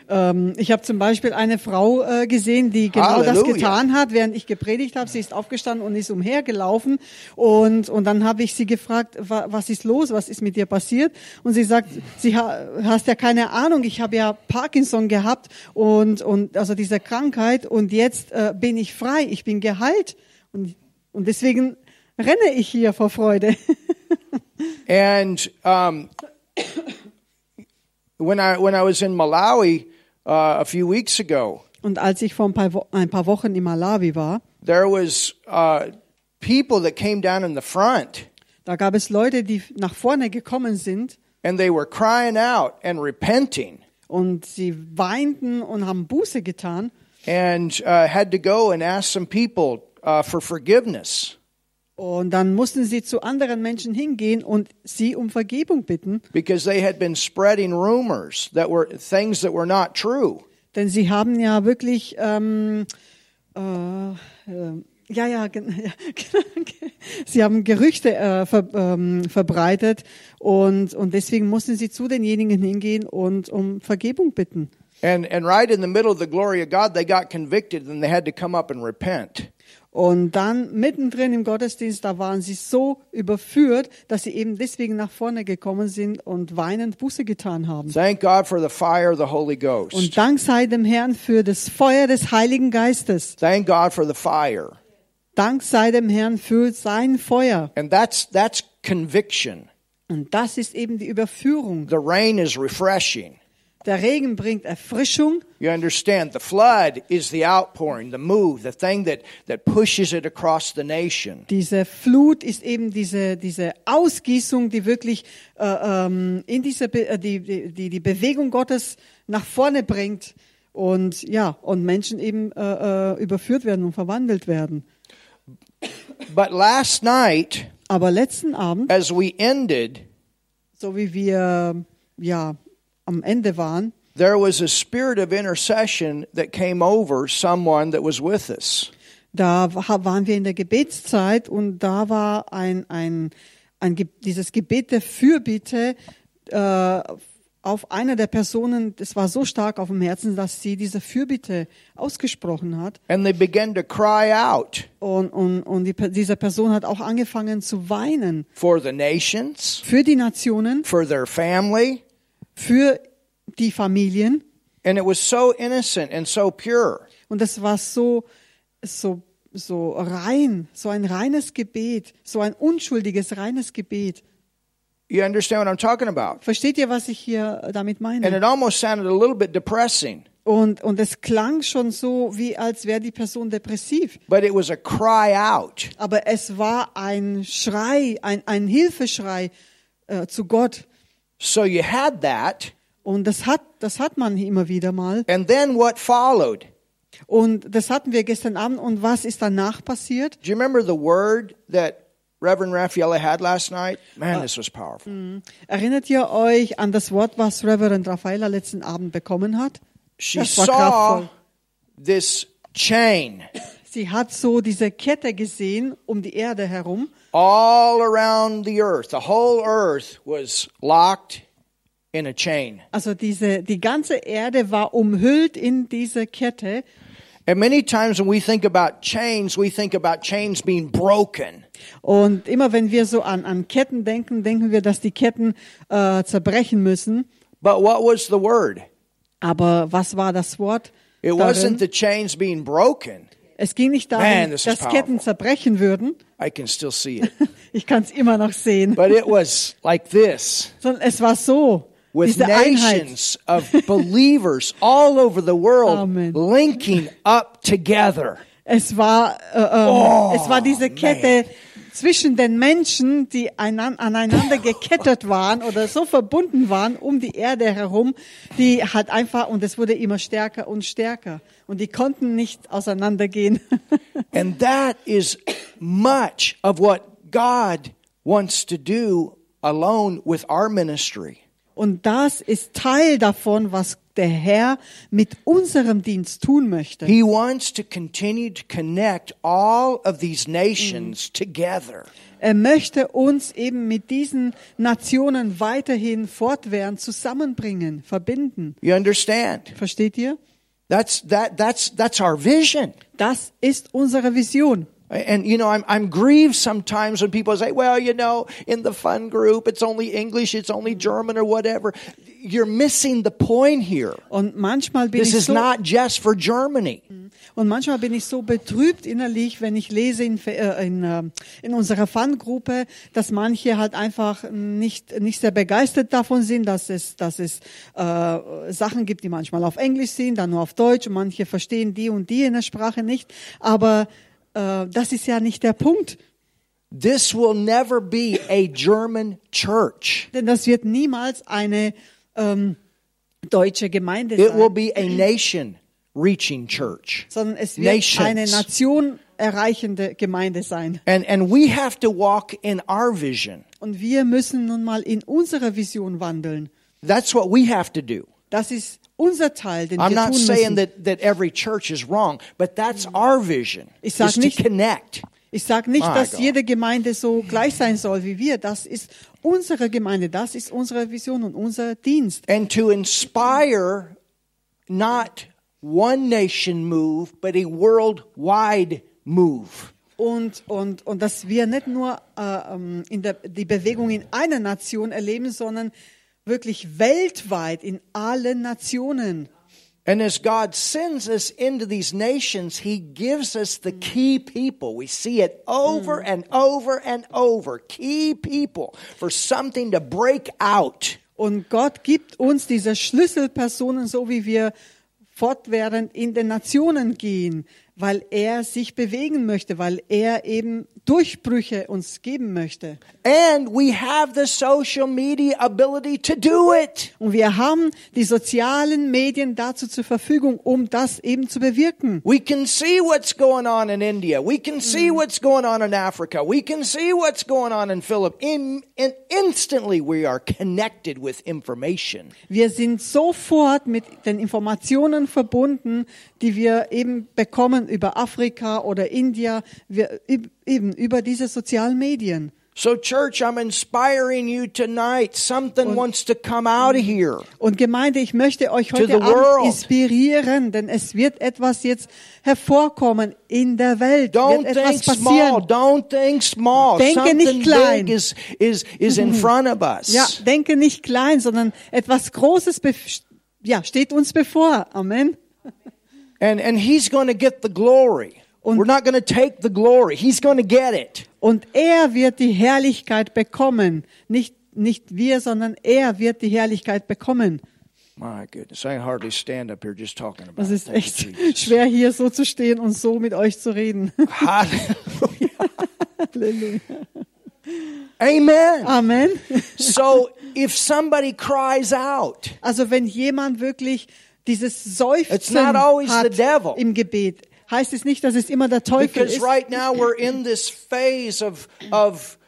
[SPEAKER 1] Ähm, ich habe zum Beispiel eine Frau äh, gesehen, die genau das
[SPEAKER 2] Halleluja.
[SPEAKER 1] getan hat, während ich gepredigt habe. Sie ist aufgestanden und ist umhergelaufen. Und, und dann habe ich sie gefragt, wa, was ist los, was ist mit dir passiert? Und sie sagt, sie ha, hast ja keine Ahnung, ich habe ja Parkinson gehabt und, und also diese Krankheit und jetzt äh, bin ich frei, ich bin geheilt. Und, und deswegen renne ich hier vor Freude.
[SPEAKER 2] And um, when, I, when I was in Malawi uh, a few weeks ago,
[SPEAKER 1] Und als ich vor ein paar, Wo ein paar Wochen in Malawi war,
[SPEAKER 2] there was uh, people that came down in the front
[SPEAKER 1] da gab es Leute, die nach vorne gekommen sind
[SPEAKER 2] and they were crying out and repenting
[SPEAKER 1] Und sie weinten und haben Buße getan
[SPEAKER 2] and uh, had to go and ask some people uh, for forgiveness.
[SPEAKER 1] und dann mussten sie zu anderen Menschen hingehen und sie um Vergebung bitten,
[SPEAKER 2] because they had been spreading rumors that were things that were not true.
[SPEAKER 1] denn sie haben ja wirklich, ähm, äh, äh, ja, ja, gen- ja, genau, sie haben Gerüchte äh, ver, ähm, verbreitet und, und deswegen mussten sie zu denjenigen hingehen und um Vergebung bitten.
[SPEAKER 2] And and right in the middle of the glory of God, they got convicted and they had to come up and repent.
[SPEAKER 1] Und dann mittendrin im Gottesdienst, da waren sie so überführt, dass sie eben deswegen nach vorne gekommen sind und weinend Buße getan haben.
[SPEAKER 2] Thank God for the fire of the Holy
[SPEAKER 1] Und
[SPEAKER 2] Ghost.
[SPEAKER 1] Dank sei dem Herrn für das Feuer des Heiligen Geistes.
[SPEAKER 2] Thank God for the fire.
[SPEAKER 1] Dank sei dem Herrn für sein Feuer.
[SPEAKER 2] And that's that's conviction.
[SPEAKER 1] Und das ist eben die Überführung.
[SPEAKER 2] The rain is refreshing.
[SPEAKER 1] Der Regen bringt Erfrischung.
[SPEAKER 2] You understand? The flood is the outpouring, the move, the thing that, that pushes it across the nation.
[SPEAKER 1] Diese Flut ist eben diese, diese Ausgießung, die wirklich äh, ähm, in diese Be äh, die, die, die- die Bewegung Gottes nach vorne bringt. Und ja, und Menschen eben äh, äh, überführt werden und verwandelt werden.
[SPEAKER 2] But last night,
[SPEAKER 1] Aber letzten Abend,
[SPEAKER 2] as we ended,
[SPEAKER 1] so wie wir ja am Ende waren,
[SPEAKER 2] there was a spirit of intercession that came over someone that was with us.
[SPEAKER 1] Da wa- waren wir in der Gebetszeit und da war ein, ein, ein Ge- dieses Gebet der Fürbitte äh, auf einer der Personen, das war so stark auf dem Herzen, dass sie diese Fürbitte ausgesprochen hat.
[SPEAKER 2] And they began to cry out
[SPEAKER 1] Und, und, und die, Per- diese Person hat auch angefangen zu weinen
[SPEAKER 2] for the nations,
[SPEAKER 1] für die Nationen,
[SPEAKER 2] for their family.
[SPEAKER 1] für die Familien.
[SPEAKER 2] And it was so innocent and so pure.
[SPEAKER 1] Und das war so, so, so rein, so ein reines Gebet, so ein unschuldiges, reines Gebet.
[SPEAKER 2] You understand what I'm talking about?
[SPEAKER 1] Versteht ihr, was ich hier äh, damit
[SPEAKER 2] And
[SPEAKER 1] meine?
[SPEAKER 2] it almost sounded a little bit depressing,
[SPEAKER 1] Und, und es klang schon so, wie als wäre die Person depressiv.
[SPEAKER 2] but it was a cry out.
[SPEAKER 1] Aber es war ein Schrei, ein, ein Hilfeschrei äh, zu Gott.
[SPEAKER 2] So you had that,
[SPEAKER 1] Und das hat, das hat man immer wieder mal.
[SPEAKER 2] and then what followed?
[SPEAKER 1] Und das hatten wir gestern Abend. Und was ist danach passiert?
[SPEAKER 2] Do you remember the word that Reverend Raffaella had last night? Man, this was powerful.
[SPEAKER 1] Erinnert ihr euch an das Wort, was Reverend Raffaella letzten Abend bekommen hat?
[SPEAKER 2] She
[SPEAKER 1] Das war
[SPEAKER 2] saw
[SPEAKER 1] kraftvoll.
[SPEAKER 2] this chain
[SPEAKER 1] Sie hat so diese Kette gesehen um die Erde herum
[SPEAKER 2] all around the earth. The whole earth was locked in a chain.
[SPEAKER 1] Also diese, die ganze Erde war umhüllt in diese Kette.
[SPEAKER 2] And many times when we think about chains, we think about chains being broken.
[SPEAKER 1] Und immer wenn wir so an, an Ketten denken, denken wir, dass die Ketten äh, zerbrechen müssen.
[SPEAKER 2] But what was the word?
[SPEAKER 1] Aber was war das Wort?
[SPEAKER 2] It
[SPEAKER 1] Darin?
[SPEAKER 2] wasn't the chains being broken.
[SPEAKER 1] Es ging nicht darum,
[SPEAKER 2] Man, this is
[SPEAKER 1] dass
[SPEAKER 2] powerful.
[SPEAKER 1] Ketten zerbrechen würden.
[SPEAKER 2] I can still see it.
[SPEAKER 1] Ich kann es immer noch sehen.
[SPEAKER 2] But it was like this
[SPEAKER 1] Sondern es war so.
[SPEAKER 2] with
[SPEAKER 1] diese Einheit.
[SPEAKER 2] nations of believers all over the world
[SPEAKER 1] Amen.
[SPEAKER 2] linking up together.
[SPEAKER 1] Es war, äh, ähm, es war diese Kette zwischen den Menschen, die einan aneinander gekettet waren oder so verbunden waren um die Erde herum, die hat einfach, und es wurde immer stärker und stärker. Und die konnten nicht auseinandergehen.
[SPEAKER 2] And that is much of what God wants to do alone with our ministry.
[SPEAKER 1] Und das ist Teil davon, was der Herr mit unserem Dienst tun möchte.
[SPEAKER 2] He wants to continue to connect all of these nations together.
[SPEAKER 1] Er möchte uns eben mit diesen Nationen weiterhin fortwährend zusammenbringen, verbinden.
[SPEAKER 2] You understand?
[SPEAKER 1] Versteht ihr?
[SPEAKER 2] That's that that's that's our vision.
[SPEAKER 1] Das ist unsere Vision.
[SPEAKER 2] And you know, I'm I'm grieved sometimes when people say, "Well, you know, in the fun group, it's only English, it's only German, or whatever." You're missing the point here.
[SPEAKER 1] Und manchmal bin
[SPEAKER 2] This
[SPEAKER 1] ich
[SPEAKER 2] is
[SPEAKER 1] so,
[SPEAKER 2] not just for Germany.
[SPEAKER 1] und manchmal bin ich so betrübt innerlich, wenn ich lese in, äh, in, äh, in unserer Fangruppe, dass manche halt einfach nicht nicht sehr begeistert davon sind, dass es dass es äh, Sachen gibt, die manchmal auf Englisch sind, dann nur auf Deutsch. Und manche verstehen die und die in der Sprache nicht. Aber äh, das ist ja nicht der Punkt,
[SPEAKER 2] This will never be a German church.
[SPEAKER 1] denn das wird niemals eine ähm, deutsche Gemeinde
[SPEAKER 2] It
[SPEAKER 1] sein.
[SPEAKER 2] will be a nation reaching church.
[SPEAKER 1] sondern es wird
[SPEAKER 2] Nations.
[SPEAKER 1] eine Nation erreichende Gemeinde sein.
[SPEAKER 2] And and we have to walk in our vision.
[SPEAKER 1] Und wir müssen nun mal in unserer Vision wandeln.
[SPEAKER 2] That's what we have to do.
[SPEAKER 1] Das ist unser Teil, den
[SPEAKER 2] I'm
[SPEAKER 1] wir
[SPEAKER 2] not
[SPEAKER 1] tun
[SPEAKER 2] saying
[SPEAKER 1] müssen.
[SPEAKER 2] that, that every church is wrong, but that's our vision.
[SPEAKER 1] Ich sag
[SPEAKER 2] is to
[SPEAKER 1] nicht-
[SPEAKER 2] connect.
[SPEAKER 1] Ich sage nicht,
[SPEAKER 2] My
[SPEAKER 1] dass
[SPEAKER 2] God.
[SPEAKER 1] jede Gemeinde so gleich sein soll wie wir. Das ist unsere Gemeinde, das ist unsere Vision und unser Dienst.
[SPEAKER 2] and to inspire not one nation move, but a worldwide move.
[SPEAKER 1] Und, und, und dass wir nicht nur äh, ähm, in der, die Bewegung in einer Nation erleben, sondern wirklich weltweit in allen Nationen.
[SPEAKER 2] And as God sends us into these nations, He gives us the key people. We see it over and over and over. Key people for something to break out.
[SPEAKER 1] Und Gott gibt uns diese Schlüsselpersonen, so wie wir fortwährend in den Nationen gehen, weil er sich bewegen möchte, weil er eben Durchbrüche uns geben möchte.
[SPEAKER 2] And we have the social media ability to do it.
[SPEAKER 1] Und wir haben die sozialen Medien dazu zur Verfügung, um das eben zu bewirken.
[SPEAKER 2] We can see what's going on in India. We can see what's going on in Africa. We can see what's going on in Philip. In, and instantly we are connected with information.
[SPEAKER 1] Wir sind sofort mit den Informationen verbunden, die wir eben bekommen über Afrika oder India, wir, eben über diese sozialen Medien.
[SPEAKER 2] So church, I'm inspiring you tonight. Something wants to come out of
[SPEAKER 1] mm-hmm.
[SPEAKER 2] here.
[SPEAKER 1] Und Gemeinde, ich möchte euch
[SPEAKER 2] the
[SPEAKER 1] heute
[SPEAKER 2] world.
[SPEAKER 1] Abend inspirieren, denn es wird etwas jetzt hervorkommen in der Welt.
[SPEAKER 2] Don't
[SPEAKER 1] wird etwas
[SPEAKER 2] think small.
[SPEAKER 1] passieren.
[SPEAKER 2] Don't think small.
[SPEAKER 1] Denke
[SPEAKER 2] Something
[SPEAKER 1] nicht klein. Mm-hmm.
[SPEAKER 2] big is, is, is in front of us.
[SPEAKER 1] Ja, denke nicht klein, sondern etwas Großes bef- ja, steht uns bevor. Amen.
[SPEAKER 2] And, and he's going to get the glory.
[SPEAKER 1] Und-
[SPEAKER 2] We're not going to take the glory. He's going to get it.
[SPEAKER 1] Und er wird die Herrlichkeit bekommen. Nicht, nicht wir, sondern er wird die Herrlichkeit bekommen.
[SPEAKER 2] My goodness, I can hardly stand up here just talking about
[SPEAKER 1] Das ist
[SPEAKER 2] it. Thank you,
[SPEAKER 1] echt
[SPEAKER 2] Jesus.
[SPEAKER 1] schwer, hier so zu stehen und so mit euch zu reden.
[SPEAKER 2] Hallelujah. Amen.
[SPEAKER 1] Amen.
[SPEAKER 2] So if somebody cries out,
[SPEAKER 1] Also wenn jemand wirklich dieses
[SPEAKER 2] It's
[SPEAKER 1] Seufzen
[SPEAKER 2] not always the devil.
[SPEAKER 1] hat im Gebet, heißt es nicht, dass es immer der Teufel
[SPEAKER 2] because
[SPEAKER 1] ist.
[SPEAKER 2] right now we're in this phase of of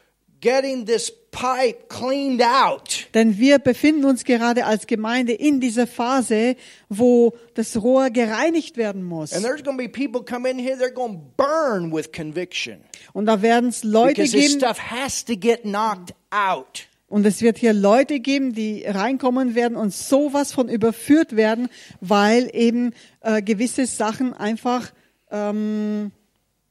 [SPEAKER 2] getting this pipe cleaned out.
[SPEAKER 1] Denn wir befinden uns gerade als Gemeinde in dieser Phase, wo das Rohr gereinigt werden muss.
[SPEAKER 2] And there's going to be people come in here, they're going to burn with conviction.
[SPEAKER 1] Und da werden es Leute
[SPEAKER 2] Because this
[SPEAKER 1] geben,
[SPEAKER 2] stuff has to get knocked out.
[SPEAKER 1] und es wird hier Leute geben, die reinkommen werden und sowas von überführt werden, weil eben äh, gewisse Sachen einfach, ähm,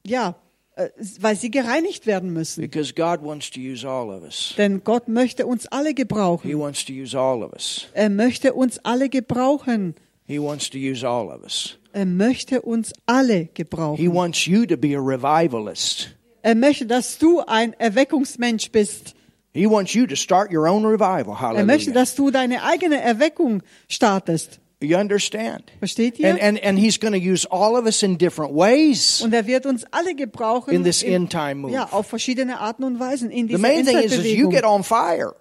[SPEAKER 1] ja, äh, weil sie gereinigt werden müssen.
[SPEAKER 2] Because God wants to use all of us.
[SPEAKER 1] Denn Gott möchte uns alle
[SPEAKER 2] He
[SPEAKER 1] gebrauchen.
[SPEAKER 2] wants to use all of us.
[SPEAKER 1] Er möchte uns alle gebrauchen.
[SPEAKER 2] He wants to use all of us.
[SPEAKER 1] Er möchte uns alle
[SPEAKER 2] He
[SPEAKER 1] gebrauchen.
[SPEAKER 2] wants you to be a revivalist.
[SPEAKER 1] Er möchte, dass du ein Erweckungsmensch bist.
[SPEAKER 2] He wants you to start your own revival.
[SPEAKER 1] Er möchte,
[SPEAKER 2] Hallelujah.
[SPEAKER 1] dass du deine eigene Erweckung startest.
[SPEAKER 2] You understand?
[SPEAKER 1] Versteht
[SPEAKER 2] And,
[SPEAKER 1] ihr?
[SPEAKER 2] and, and he's going to use all of us in different ways.
[SPEAKER 1] Und er wird uns alle gebrauchen.
[SPEAKER 2] In this
[SPEAKER 1] im-
[SPEAKER 2] end time move.
[SPEAKER 1] Ja, auf verschiedene Arten und Weisen. In
[SPEAKER 2] The
[SPEAKER 1] dieser
[SPEAKER 2] main thing is, is you
[SPEAKER 1] Endzeitbewegung.
[SPEAKER 2] get on fire.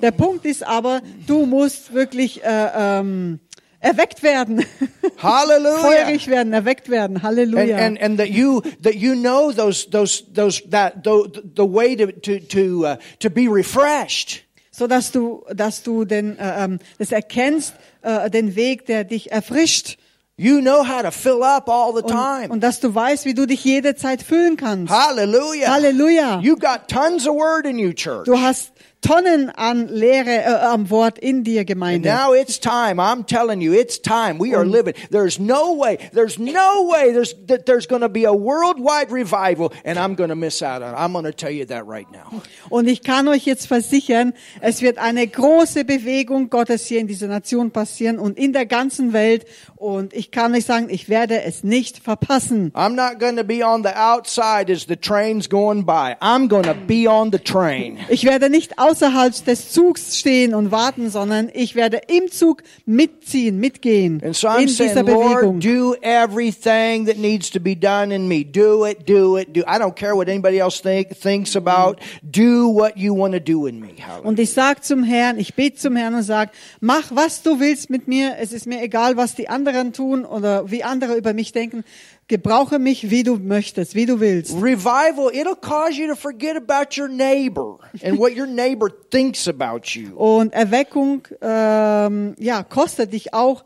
[SPEAKER 1] Der Punkt ist aber, du musst wirklich äh, ähm, erweckt werden.
[SPEAKER 2] Hallelujah.
[SPEAKER 1] Feuerig werden, erweckt werden.
[SPEAKER 2] And,
[SPEAKER 1] Halleluja.
[SPEAKER 2] and and that you that you know those those those that the, the way to to to uh, to be refreshed.
[SPEAKER 1] so dass du, dass du den, äh, ähm, das erkennst, äh, den Weg, der dich erfrischt.
[SPEAKER 2] You know how to fill up all the time.
[SPEAKER 1] Und, und dass du weißt, wie du dich jede Zeit füllen kannst.
[SPEAKER 2] Hallelujah.
[SPEAKER 1] Hallelujah.
[SPEAKER 2] You got tons of word in you, church.
[SPEAKER 1] Du hast Tonnen an Lehre, äh, am Wort in dir, Gemeinde.
[SPEAKER 2] Now it's time. I'm telling you, it's time. We are living. There's no way. There's no way. There's that. There's going to be a worldwide revival, and I'm going to miss out on. it. I'm going to tell you that right now.
[SPEAKER 1] Und ich kann euch jetzt versichern, es wird eine große Bewegung Gottes hier in dieser Nation passieren und in der ganzen Welt. Und ich kann euch sagen, ich werde es nicht verpassen.
[SPEAKER 2] I'm not going to be on the outside as the train's going by. I'm going to be on the train.
[SPEAKER 1] Ich werde nicht außerhalb des Zugs stehen und warten, sondern ich werde im Zug mitziehen, mitgehen
[SPEAKER 2] And so I'm
[SPEAKER 1] in dieser
[SPEAKER 2] saying, Lord,
[SPEAKER 1] Bewegung.
[SPEAKER 2] do everything that needs to be done in me. Do it, do it, do. I don't care what anybody else think, thinks about. Do what you want to do in me. Hallelujah.
[SPEAKER 1] Und ich sag zum Herrn, ich bete zum Herrn und sag, mach was du willst mit mir, es ist mir egal, was die anderen tun oder wie andere über mich denken. Gebrauche mich, wie du möchtest, wie du willst.
[SPEAKER 2] Revival, it'll cause you to forget about your neighbor and what your neighbor thinks about you.
[SPEAKER 1] Und Erweckung, ähm, ja, kostet dich auch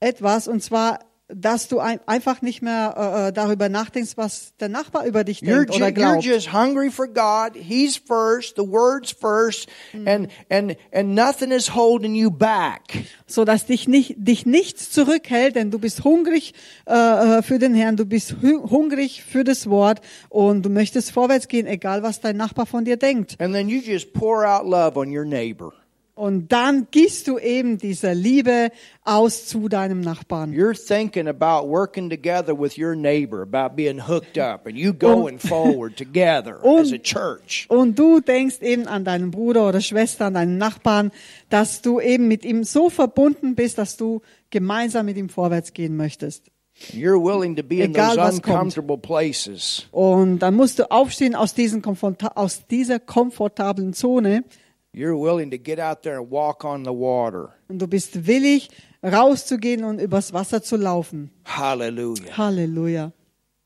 [SPEAKER 1] etwas und zwar, dass du ein, einfach nicht mehr äh, darüber nachdenkst, was der Nachbar über dich
[SPEAKER 2] You're,
[SPEAKER 1] denkt
[SPEAKER 2] ju-
[SPEAKER 1] oder
[SPEAKER 2] you're
[SPEAKER 1] glaubt.
[SPEAKER 2] just hungry for God. He's first, the word's first, and and and nothing is holding you back.
[SPEAKER 1] so dass dich nicht dich nichts zurückhält, denn du bist hungrig äh, äh, für den Herrn, du bist hu- hungrig für das Wort und du möchtest vorwärts gehen, egal was dein Nachbar von dir denkt.
[SPEAKER 2] And then you just pour out love on your neighbor.
[SPEAKER 1] Und dann gießt du eben diese Liebe aus zu deinem Nachbarn.
[SPEAKER 2] You're thinking about working together with your neighbor, about being hooked up, and you going forward together as a church.
[SPEAKER 1] Und du denkst eben an deinen Bruder oder Schwester, an deinen Nachbarn, dass du eben mit ihm so verbunden bist, dass du gemeinsam mit ihm vorwärts gehen möchtest.
[SPEAKER 2] You're willing to be in
[SPEAKER 1] Egal,
[SPEAKER 2] those
[SPEAKER 1] was kommt.
[SPEAKER 2] uncomfortable places.
[SPEAKER 1] Und dann musst du aufstehen aus, diesen komforta aus dieser komfortablen Zone.
[SPEAKER 2] You're willing to get out there and walk on the water.
[SPEAKER 1] Und du bist willig, rauszugehen und übers Wasser zu laufen.
[SPEAKER 2] Hallelujah.
[SPEAKER 1] Halleluja.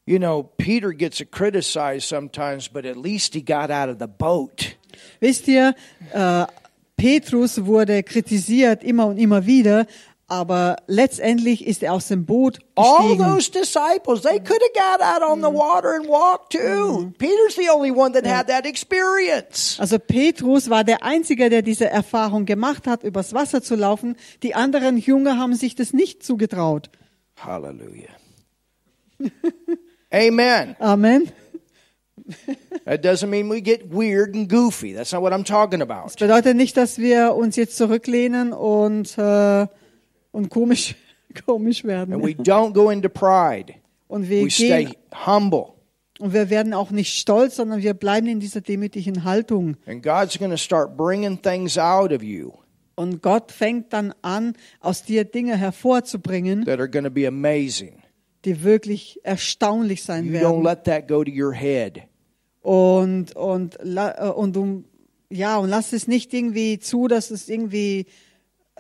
[SPEAKER 2] You know, Peter gets criticized sometimes, but at least he got out of the boat.
[SPEAKER 1] Wisst ihr, äh, Petrus wurde kritisiert immer und immer wieder, aber letztendlich ist er aus dem Boot
[SPEAKER 2] All
[SPEAKER 1] gestiegen.
[SPEAKER 2] those disciples, they could have got out on the water and walked too. Peter's the only one that had that experience.
[SPEAKER 1] Also Petrus war der Einzige, der diese Erfahrung gemacht hat, übers Wasser zu laufen. Die anderen Jünger haben sich das nicht zugetraut.
[SPEAKER 2] Hallelujah. Amen.
[SPEAKER 1] Amen.
[SPEAKER 2] That doesn't mean we get weird and goofy. That's not what I'm talking about.
[SPEAKER 1] Bedeutet nicht, dass wir uns jetzt zurücklehnen und, äh, und komisch, komisch werden.
[SPEAKER 2] And we don't go into pride.
[SPEAKER 1] Und wir
[SPEAKER 2] We
[SPEAKER 1] gehen
[SPEAKER 2] stay humble.
[SPEAKER 1] und wir werden auch nicht stolz, sondern wir bleiben in dieser demütigen Haltung.
[SPEAKER 2] And God's going to start bringing things out of you
[SPEAKER 1] Und Gott fängt dann an, aus dir Dinge hervorzubringen,
[SPEAKER 2] that are going to be amazing.
[SPEAKER 1] die wirklich erstaunlich sein
[SPEAKER 2] You
[SPEAKER 1] werden.
[SPEAKER 2] don't let that go to your head.
[SPEAKER 1] Und und la- äh, und um ja und lass es nicht irgendwie zu, dass es irgendwie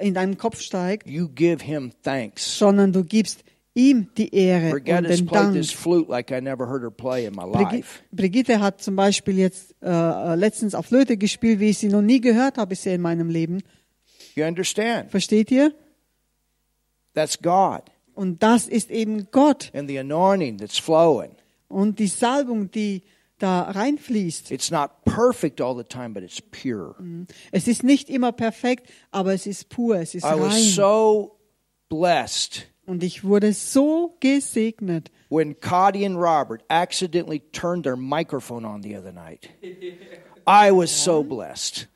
[SPEAKER 1] in deinem Kopf steigt,
[SPEAKER 2] You give him thanks.
[SPEAKER 1] sondern du gibst ihm die Ehre und
[SPEAKER 2] Brigitta's
[SPEAKER 1] den
[SPEAKER 2] played
[SPEAKER 1] Dank.
[SPEAKER 2] this flute like I never heard her play in my
[SPEAKER 1] Brigi-
[SPEAKER 2] life.
[SPEAKER 1] Brigitte hat zum Beispiel jetzt äh, äh, letztens auf Flöte gespielt, wie ich sie noch nie gehört habe bisher in meinem Leben.
[SPEAKER 2] You understand?
[SPEAKER 1] Versteht ihr?
[SPEAKER 2] That's God
[SPEAKER 1] Und das ist eben Gott
[SPEAKER 2] and the anointing that's flowing.
[SPEAKER 1] und die Salbung, die da reinfließt.
[SPEAKER 2] It's not perfect all the time, but it's pure.
[SPEAKER 1] Es ist nicht immer perfekt, aber es ist pur, es ist
[SPEAKER 2] I
[SPEAKER 1] rein.
[SPEAKER 2] was so blessed
[SPEAKER 1] und ich wurde so gesegnet.
[SPEAKER 2] when Cody and Robert accidentally turned their microphone on the other night. I was so blessed.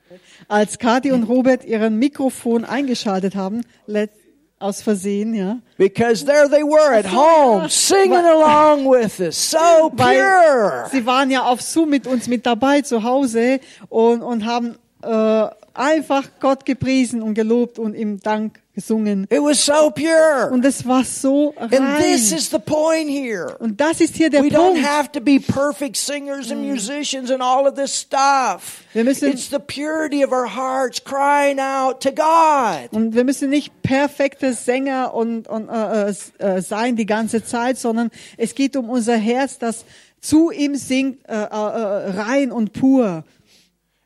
[SPEAKER 1] Als Kathi und Robert ihren Mikrofon eingeschaltet haben, let, aus Versehen, ja,
[SPEAKER 2] Because there they were at home singing along with us. So
[SPEAKER 1] weil
[SPEAKER 2] pure.
[SPEAKER 1] sie waren ja auf Zoom mit uns mit dabei zu Hause und, und haben äh, einfach Gott gepriesen und gelobt und ihm Dank gesungen.
[SPEAKER 2] It was so pure.
[SPEAKER 1] Und es war so
[SPEAKER 2] And this
[SPEAKER 1] rein.
[SPEAKER 2] is the point here.
[SPEAKER 1] Und das ist hier der
[SPEAKER 2] We don't
[SPEAKER 1] Punkt.
[SPEAKER 2] have to be perfect singers and musicians and all of this stuff.
[SPEAKER 1] Wir müssen-
[SPEAKER 2] It's the purity of our hearts crying out to God.
[SPEAKER 1] Und wir müssen nicht perfekte Sänger und, und äh, äh, sein die ganze Zeit, sondern es geht um unser Herz, das zu ihm singt, äh, äh, äh, rein und pur.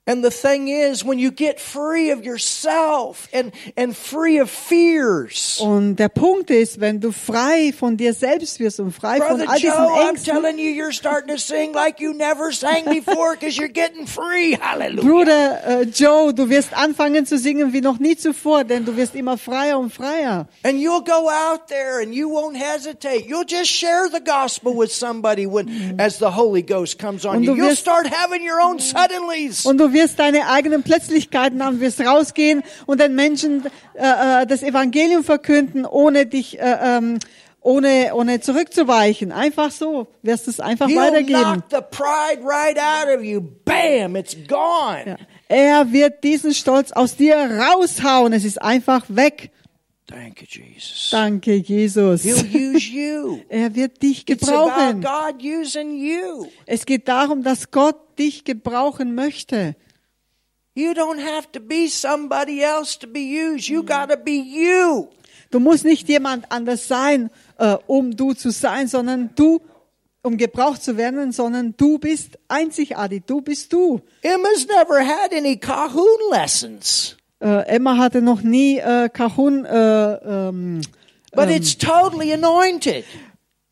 [SPEAKER 2] And the thing is, when you get free of yourself and, and free of fears,
[SPEAKER 1] Und der Punkt ist, wenn du frei von dir selbst wirst und frei
[SPEAKER 2] Brother
[SPEAKER 1] von all diesen
[SPEAKER 2] Joe, I'm
[SPEAKER 1] Ängsten,
[SPEAKER 2] telling you, you're starting to sing like you never sang before because you're getting free. Hallelujah.
[SPEAKER 1] Bruder äh, Joe, du wirst anfangen zu singen wie noch nie zuvor, denn du wirst immer freier und freier.
[SPEAKER 2] And you'll go out there and you won't hesitate. You'll just share the gospel with somebody when, as the Holy Ghost comes on
[SPEAKER 1] Und
[SPEAKER 2] you.
[SPEAKER 1] du
[SPEAKER 2] You'll
[SPEAKER 1] wirst-
[SPEAKER 2] start having your own suddenlies.
[SPEAKER 1] Und du wirst deine eigenen Plötzlichkeiten haben, wirst rausgehen und den Menschen äh, äh, das Evangelium verkünden, ohne dich, äh, ähm, ohne, ohne zurückzuweichen. Einfach so wirst du es einfach
[SPEAKER 2] He'll
[SPEAKER 1] weitergeben.
[SPEAKER 2] knock the pride right out of you. Bam, it's gone.
[SPEAKER 1] Ja. Er wird diesen Stolz aus dir raushauen. Es ist einfach weg.
[SPEAKER 2] Thank you, Jesus.
[SPEAKER 1] Danke, Jesus.
[SPEAKER 2] He'll use you.
[SPEAKER 1] Er wird dich
[SPEAKER 2] It's about
[SPEAKER 1] gebrauchen.
[SPEAKER 2] God using you.
[SPEAKER 1] Es geht darum, dass Gott dich gebrauchen möchte.
[SPEAKER 2] You don't have to be somebody else to be used. You got to be you.
[SPEAKER 1] Du musst nicht jemand anders sein, äh, um du zu sein, sondern du, um gebraucht zu werden, sondern du bist einzigartig, du bist du.
[SPEAKER 2] Emma's never had any Cahoon lessons,
[SPEAKER 1] Äh, Emma hatte noch nie äh, Kahun äh, ähm,
[SPEAKER 2] but it's totally anointed.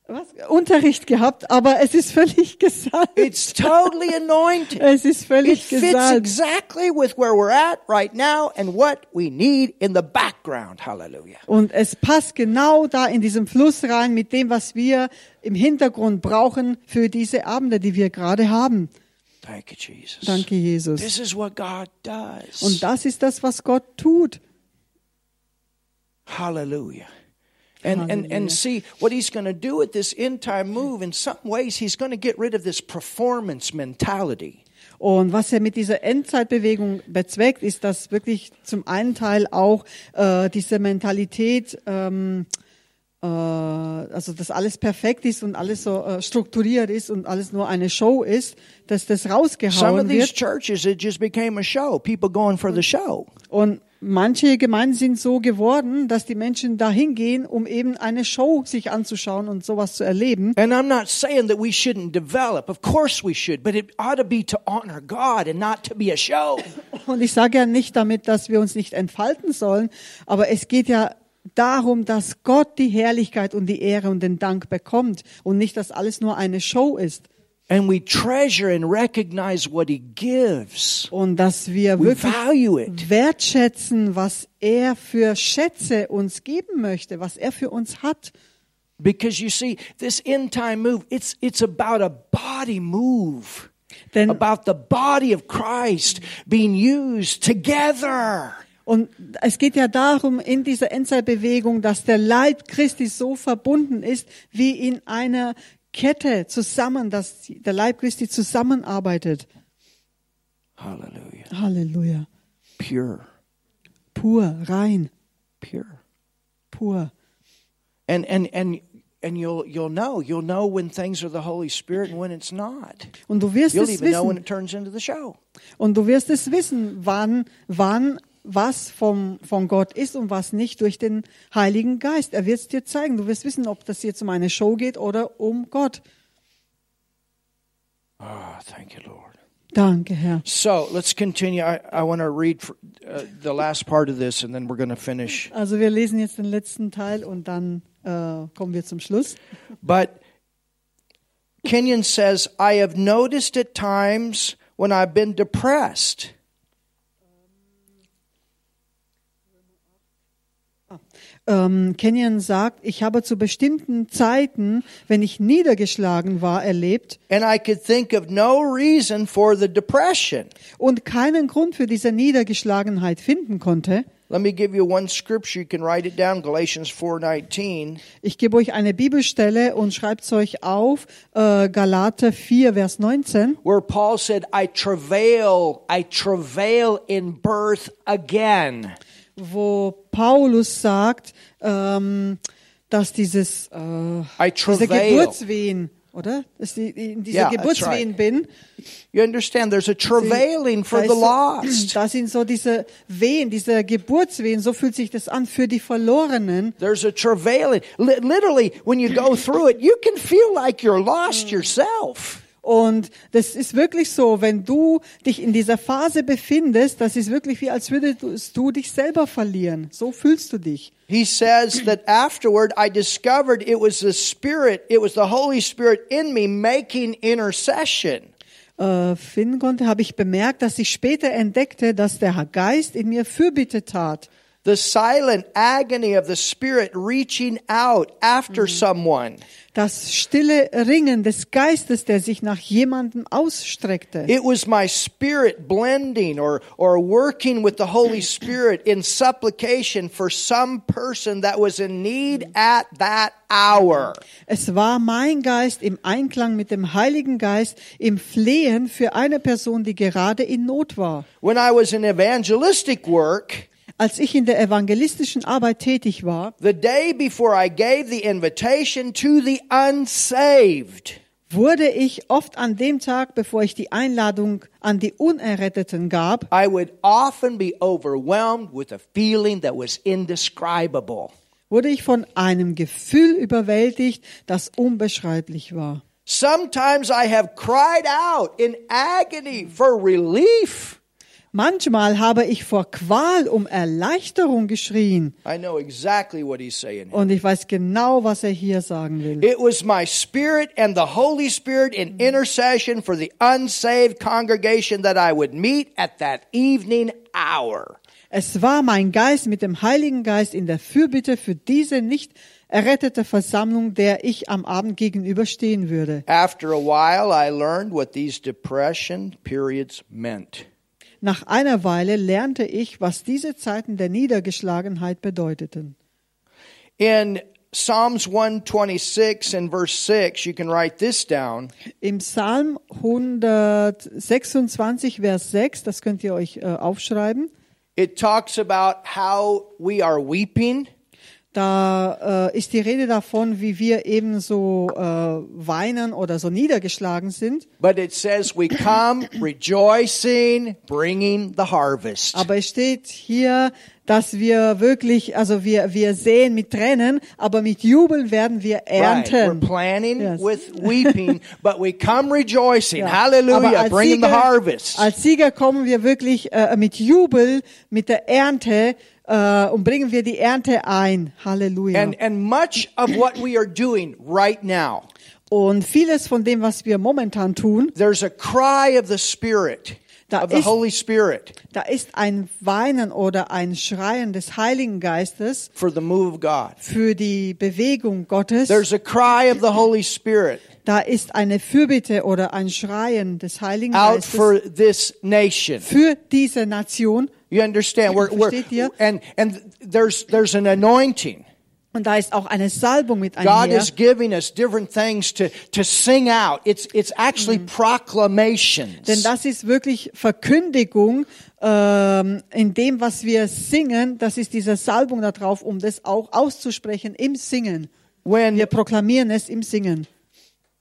[SPEAKER 1] was, Unterricht gehabt, aber es ist völlig gesalbt.
[SPEAKER 2] It's totally anointed.
[SPEAKER 1] Es ist
[SPEAKER 2] It
[SPEAKER 1] völlig
[SPEAKER 2] fits
[SPEAKER 1] gesalbt.
[SPEAKER 2] exactly with where we're at right now and what we need in the background. Hallelujah.
[SPEAKER 1] Und es passt genau da in diesem Fluss rein mit dem, was wir im Hintergrund brauchen für diese Abende, die wir gerade haben.
[SPEAKER 2] Thank you, Jesus.
[SPEAKER 1] Danke, Jesus.
[SPEAKER 2] This is what God does.
[SPEAKER 1] Und das ist das, was Gott tut.
[SPEAKER 2] Hallelujah. And, and and
[SPEAKER 1] Hallelujah.
[SPEAKER 2] see what he's going to do with this end time move. In some ways, he's going to get rid of this performance mentality.
[SPEAKER 1] Und was er mit dieser Endzeitbewegung bezweckt, ist, dass wirklich zum einen Teil auch äh, diese Mentalität, ähm, äh, also dass alles perfekt ist und alles so äh, strukturiert ist und alles nur eine Show ist, dass das
[SPEAKER 2] Some of
[SPEAKER 1] rausgehauen
[SPEAKER 2] these
[SPEAKER 1] wird.
[SPEAKER 2] churches, it just became a show. People going for the show.
[SPEAKER 1] Und manche Gemeinden sind so geworden, dass die Menschen dahin gehen, um eben eine Show sich anzuschauen und sowas zu erleben.
[SPEAKER 2] And I'm not saying that we shouldn't develop. Of course we should, but it ought to be to honor God and not to be a show.
[SPEAKER 1] Und ich sage ja nicht damit, dass wir uns nicht entfalten sollen, aber es geht ja darum, dass Gott die Herrlichkeit und die Ehre und den Dank bekommt und nicht, dass alles nur eine Show ist
[SPEAKER 2] And we treasure and recognize what He gives.
[SPEAKER 1] und dass wir
[SPEAKER 2] We
[SPEAKER 1] wirklich
[SPEAKER 2] value it.
[SPEAKER 1] wertschätzen, was er für Schätze uns geben möchte, was er für uns hat.
[SPEAKER 2] Because you see, this end time move, it's, it's about a body move.
[SPEAKER 1] Denn
[SPEAKER 2] about the body of Christ being used together.
[SPEAKER 1] Und es geht ja darum in dieser Endzeitbewegung, dass der Leib Christi so verbunden ist wie in einer Kette zusammen, dass der Leib Christi zusammenarbeitet.
[SPEAKER 2] Hallelujah.
[SPEAKER 1] Halleluja.
[SPEAKER 2] Pure.
[SPEAKER 1] Pur, rein,
[SPEAKER 2] Pure.
[SPEAKER 1] pur.
[SPEAKER 2] And and and and you'll you'll know. You'll know when things are the Holy Spirit and when it's not.
[SPEAKER 1] Und du wirst
[SPEAKER 2] You'll
[SPEAKER 1] es
[SPEAKER 2] even know when
[SPEAKER 1] wissen.
[SPEAKER 2] it turns into the show.
[SPEAKER 1] Und du wirst es wissen, wann, wann was vom, von Gott ist und was nicht durch den Heiligen Geist. Er wird es dir zeigen. Du wirst wissen, ob das jetzt um eine Show geht oder um Gott.
[SPEAKER 2] Ah, thank you, Lord.
[SPEAKER 1] Danke, Herr.
[SPEAKER 2] So let's continue. I, I want to read for, uh, the last part of this, and then we're going to finish.
[SPEAKER 1] Also wir lesen jetzt den letzten Teil und dann äh, kommen wir zum Schluss.
[SPEAKER 2] But Kenyon says, I have noticed at times when I've been depressed.
[SPEAKER 1] Ähm, Kenyon sagt, ich habe zu bestimmten Zeiten, wenn ich niedergeschlagen war, erlebt
[SPEAKER 2] And I could think of no reason for the depression.
[SPEAKER 1] und keinen Grund für diese Niedergeschlagenheit finden konnte.
[SPEAKER 2] Let me give you one scripture. You can write it down. Galatians 4.19.
[SPEAKER 1] Ich gebe euch eine Bibelstelle und schreibt es euch auf, äh, Galater 4, Vers 19,
[SPEAKER 2] Where Paul said, I travail, I travail in birth again.
[SPEAKER 1] wo Paulus sagt, ähm, dass dieses, äh,
[SPEAKER 2] I
[SPEAKER 1] diese
[SPEAKER 2] travail.
[SPEAKER 1] Geburtswehen, oder? Dass ich in dieser
[SPEAKER 2] Yeah, that's
[SPEAKER 1] Geburtswehen
[SPEAKER 2] right.
[SPEAKER 1] bin.
[SPEAKER 2] You understand? There's a travailing for
[SPEAKER 1] da,
[SPEAKER 2] the
[SPEAKER 1] ist
[SPEAKER 2] lost.
[SPEAKER 1] so, da sind so diese Wehen, diese Geburtswehen, so fühlt sich das an für die Verlorenen.
[SPEAKER 2] There's a travailing. Li- literally, when you go through it, you can feel like you're lost yourself.
[SPEAKER 1] Und das ist wirklich so, wenn du dich in dieser Phase befindest, das ist wirklich wie, als würdest du dich selber verlieren. So fühlst du dich.
[SPEAKER 2] He says that afterward I discovered it was the Spirit, it was the Holy Spirit in me making intercession.
[SPEAKER 1] Äh, finden konnte, habe ich bemerkt, dass ich später entdeckte, dass der Geist in mir Fürbitte tat.
[SPEAKER 2] The silent agony of the Spirit reaching out after someone.
[SPEAKER 1] Das stille Ringen des Geistes, der sich nach jemandem ausstreckte.
[SPEAKER 2] It was my spirit blending or, or working with the Holy Spirit in supplication for some person that was in need at that hour.
[SPEAKER 1] Es war mein Geist im Einklang mit dem Heiligen Geist im Flehen für eine Person, die gerade in Not war.
[SPEAKER 2] When I was in evangelistic work,
[SPEAKER 1] Als ich in der evangelistischen Arbeit tätig war,
[SPEAKER 2] the day before I gave the invitation to the unsaved,
[SPEAKER 1] wurde ich oft an dem Tag, bevor ich die Einladung an die Unerretteten gab,
[SPEAKER 2] I would often be overwhelmed with a feeling that was indescribable.
[SPEAKER 1] wurde ich von einem Gefühl überwältigt, das unbeschreiblich war.
[SPEAKER 2] Sometimes I have cried out in agony for relief.
[SPEAKER 1] Manchmal habe ich vor Qual um Erleichterung geschrien.
[SPEAKER 2] I know exactly what he's saying. here.
[SPEAKER 1] Und ich weiß genau, was er hier sagen will.
[SPEAKER 2] It was my spirit and the Holy Spirit in intercession for the unsaved congregation that I would meet at that evening hour.
[SPEAKER 1] Es war mein Geist mit dem Heiligen Geist in der Fürbitte für diese nicht errettete Versammlung, der ich am Abend gegenüberstehen würde.
[SPEAKER 2] After a while, I learned what these depression periods meant.
[SPEAKER 1] Nach einer Weile lernte ich, was diese Zeiten der Niedergeschlagenheit bedeuteten.
[SPEAKER 2] In Psalms 126 and verse 6, you can write this down.
[SPEAKER 1] Im Psalm 126, Vers 6, das könnt ihr euch äh, aufschreiben,
[SPEAKER 2] It talks about how we are weeping,
[SPEAKER 1] da äh, ist die Rede davon, wie wir eben so äh, weinen oder so niedergeschlagen sind.
[SPEAKER 2] but it says we come rejoicing, bringing the harvest.
[SPEAKER 1] Aber es steht hier, dass wir wirklich, also wir, wir sehen mit Tränen, aber mit Jubel werden wir
[SPEAKER 2] Right. We're
[SPEAKER 1] ernten.
[SPEAKER 2] planning
[SPEAKER 1] Yes.
[SPEAKER 2] with weeping, but we come rejoicing.
[SPEAKER 1] Ja. Aber
[SPEAKER 2] Hallelujah,
[SPEAKER 1] als
[SPEAKER 2] bringing the
[SPEAKER 1] Sieger,
[SPEAKER 2] harvest.
[SPEAKER 1] als Sieger kommen wir wirklich äh, mit Jubel, mit der Ernte äh, und bringen wir die Ernte ein. Halleluja.
[SPEAKER 2] and and much of what we are doing right now,
[SPEAKER 1] und vieles von dem, was wir momentan tun,
[SPEAKER 2] there's a cry of the spirit.
[SPEAKER 1] Da
[SPEAKER 2] of the
[SPEAKER 1] ist,
[SPEAKER 2] Holy Spirit
[SPEAKER 1] da ist ein Weinen oder ein Schreien des Heiligen Geistes
[SPEAKER 2] for the move of God.
[SPEAKER 1] für die Bewegung Gottes.
[SPEAKER 2] There's a cry of the Holy Spirit
[SPEAKER 1] Da ist eine Fürbitte oder ein Schreien des Heiligen
[SPEAKER 2] out
[SPEAKER 1] Geistes
[SPEAKER 2] for this nation.
[SPEAKER 1] für diese Nation.
[SPEAKER 2] You understand? We're, we're,
[SPEAKER 1] Versteht ihr?
[SPEAKER 2] and and there's there's an anointing.
[SPEAKER 1] Und da ist auch eine Salbung mit
[SPEAKER 2] God
[SPEAKER 1] einher.
[SPEAKER 2] is giving us different things to to sing out. It's it's actually proclamations.
[SPEAKER 1] Denn das ist wirklich Verkündigung ähm, in dem, was wir singen. Das ist diese Salbung da drauf, um das auch auszusprechen im Singen.
[SPEAKER 2] when
[SPEAKER 1] Wir proklamieren es im Singen.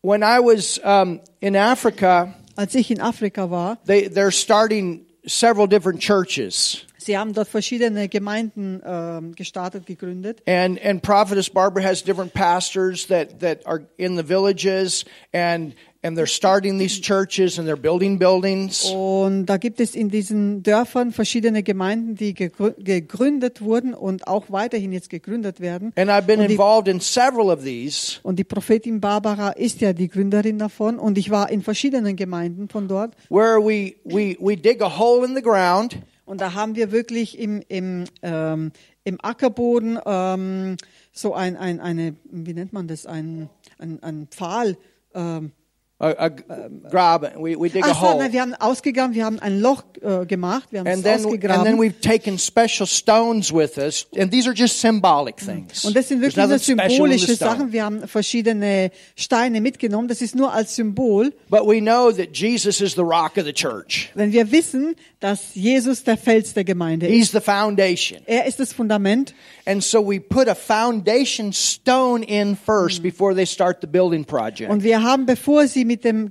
[SPEAKER 2] when I was um, in Africa,
[SPEAKER 1] Als ich in Afrika war,
[SPEAKER 2] they they're starting several different churches.
[SPEAKER 1] sie haben dort verschiedene Gemeinden ähm, gestartet, gegründet.
[SPEAKER 2] And and Prophetess Barbara has different pastors that that are in the villages and and they're starting these churches and they're building buildings.
[SPEAKER 1] Und da gibt es in diesen Dörfern verschiedene Gemeinden, die gegrü- gegründet wurden und auch weiterhin jetzt gegründet werden.
[SPEAKER 2] And I've been
[SPEAKER 1] und, die,
[SPEAKER 2] involved in several of these.
[SPEAKER 1] und die Prophetin Barbara ist ja die Gründerin davon. Und ich war in verschiedenen Gemeinden von dort.
[SPEAKER 2] where we, we, we dig a hole in the ground
[SPEAKER 1] Und da haben wir wirklich im, im, ähm, im Ackerboden ähm, so ein, ein, eine, wie nennt man das, ein, ein, ein Pfahl. Ähm,
[SPEAKER 2] a, a grab we, we dig a
[SPEAKER 1] ach Ah, so,
[SPEAKER 2] hole
[SPEAKER 1] nein, wir haben ausgegangen, wir haben ein Loch äh, gemacht, wir haben
[SPEAKER 2] and
[SPEAKER 1] es
[SPEAKER 2] then, and then
[SPEAKER 1] ausgegraben.
[SPEAKER 2] we've taken special stones with us and these are just symbolic things
[SPEAKER 1] Mm. und das sind wirklich
[SPEAKER 2] There's
[SPEAKER 1] nur
[SPEAKER 2] nothing special in the
[SPEAKER 1] symbolische
[SPEAKER 2] stone.
[SPEAKER 1] Sachen. Wir haben verschiedene Steine mitgenommen. Das ist nur als Symbol,
[SPEAKER 2] but we know that jesus is the rock of the church
[SPEAKER 1] wenn wir wissen, dass Jesus der Fels der Gemeinde ist.
[SPEAKER 2] he's the foundation
[SPEAKER 1] Er ist das Fundament.
[SPEAKER 2] and so we put a foundation stone in first before they start the building project
[SPEAKER 1] Mm. Und wir haben, bevor sie mit dem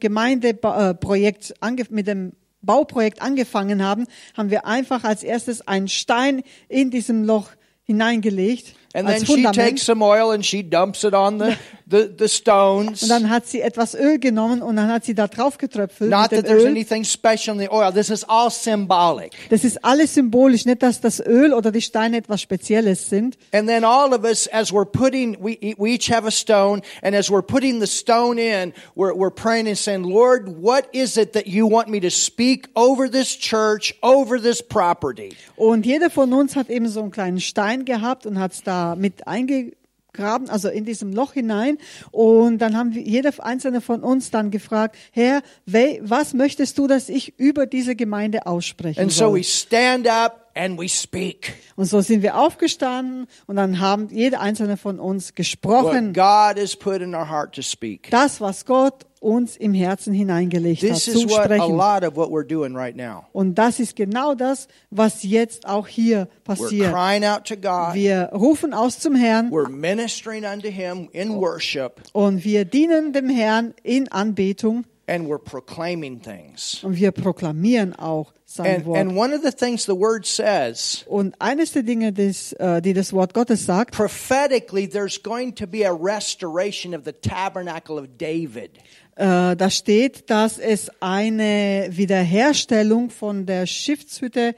[SPEAKER 1] Gemeindeprojekt, mit dem Bauprojekt angefangen haben, haben wir einfach als erstes einen Stein in diesem Loch hineingelegt
[SPEAKER 2] and
[SPEAKER 1] als
[SPEAKER 2] then she takes
[SPEAKER 1] Fundament.
[SPEAKER 2] some oil and she dumps it on the, the, the stones
[SPEAKER 1] Und dann hat sie etwas Öl genommen und dann hat sie da drauf getröpfelt mit
[SPEAKER 2] Not that
[SPEAKER 1] dem
[SPEAKER 2] there's
[SPEAKER 1] Öl.
[SPEAKER 2] anything special in the oil. This is all symbolic.
[SPEAKER 1] Das ist alles symbolisch, nicht dass das Öl oder die Steine etwas Spezielles sind.
[SPEAKER 2] And then all of us, as we're putting, we, we each have a stone, and as we're putting the stone in, we're, we're praying and saying, Lord, what is it that you want me to speak over this church, over this property?
[SPEAKER 1] Und jeder von uns hat eben so einen kleinen Stein gehabt und hat es da mit eingegraben, also in diesem Loch hinein. Und dann haben wir, jeder einzelne von uns dann gefragt, Herr, wel- was möchtest du, dass ich über diese Gemeinde aussprechen
[SPEAKER 2] And so
[SPEAKER 1] soll?
[SPEAKER 2] we stand up and we speak
[SPEAKER 1] Und so sind wir aufgestanden und dann haben jeder einzelne von uns
[SPEAKER 2] what
[SPEAKER 1] gesprochen.
[SPEAKER 2] God has put in our heart to speak.
[SPEAKER 1] Das, was Gott uns im Herzen hineingelegt hat,
[SPEAKER 2] This is
[SPEAKER 1] zu
[SPEAKER 2] what a
[SPEAKER 1] sprechen.
[SPEAKER 2] lot of what we're doing right now.
[SPEAKER 1] Und das ist genau das, was jetzt auch hier
[SPEAKER 2] We're
[SPEAKER 1] passiert.
[SPEAKER 2] crying out to God.
[SPEAKER 1] Wir rufen aus zum Herrn
[SPEAKER 2] We're ministering unto Him in worship,
[SPEAKER 1] Und wir dienen dem Herrn in Anbetung
[SPEAKER 2] and we're proclaiming things.
[SPEAKER 1] und wir proklamieren auch sein
[SPEAKER 2] and,
[SPEAKER 1] Wort.
[SPEAKER 2] and one of the things the word says
[SPEAKER 1] und eines der Dinge, des, äh, die das Wort Gottes sagt,
[SPEAKER 2] prophetically there's going to be a restoration of the tabernacle of david
[SPEAKER 1] äh, da steht, dass es eine Wiederherstellung von der Schiffshütte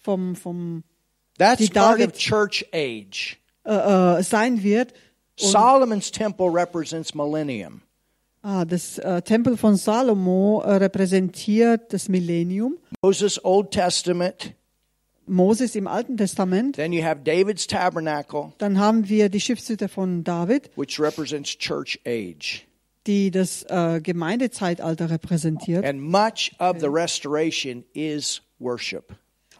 [SPEAKER 1] vom, vom,
[SPEAKER 2] that's
[SPEAKER 1] Die
[SPEAKER 2] part of
[SPEAKER 1] David-
[SPEAKER 2] church age
[SPEAKER 1] äh, äh, sein wird.
[SPEAKER 2] solomon's temple represents millennium
[SPEAKER 1] Ah, das äh, Tempel von Salomo äh, repräsentiert das Millennium.
[SPEAKER 2] moses old testament
[SPEAKER 1] Moses im Alten Testament.
[SPEAKER 2] then you have david's tabernacle
[SPEAKER 1] Dann haben wir die Schiffshütte von David,
[SPEAKER 2] which represents church age
[SPEAKER 1] die das äh, Gemeindezeitalter repräsentiert.
[SPEAKER 2] and much of the restoration is worship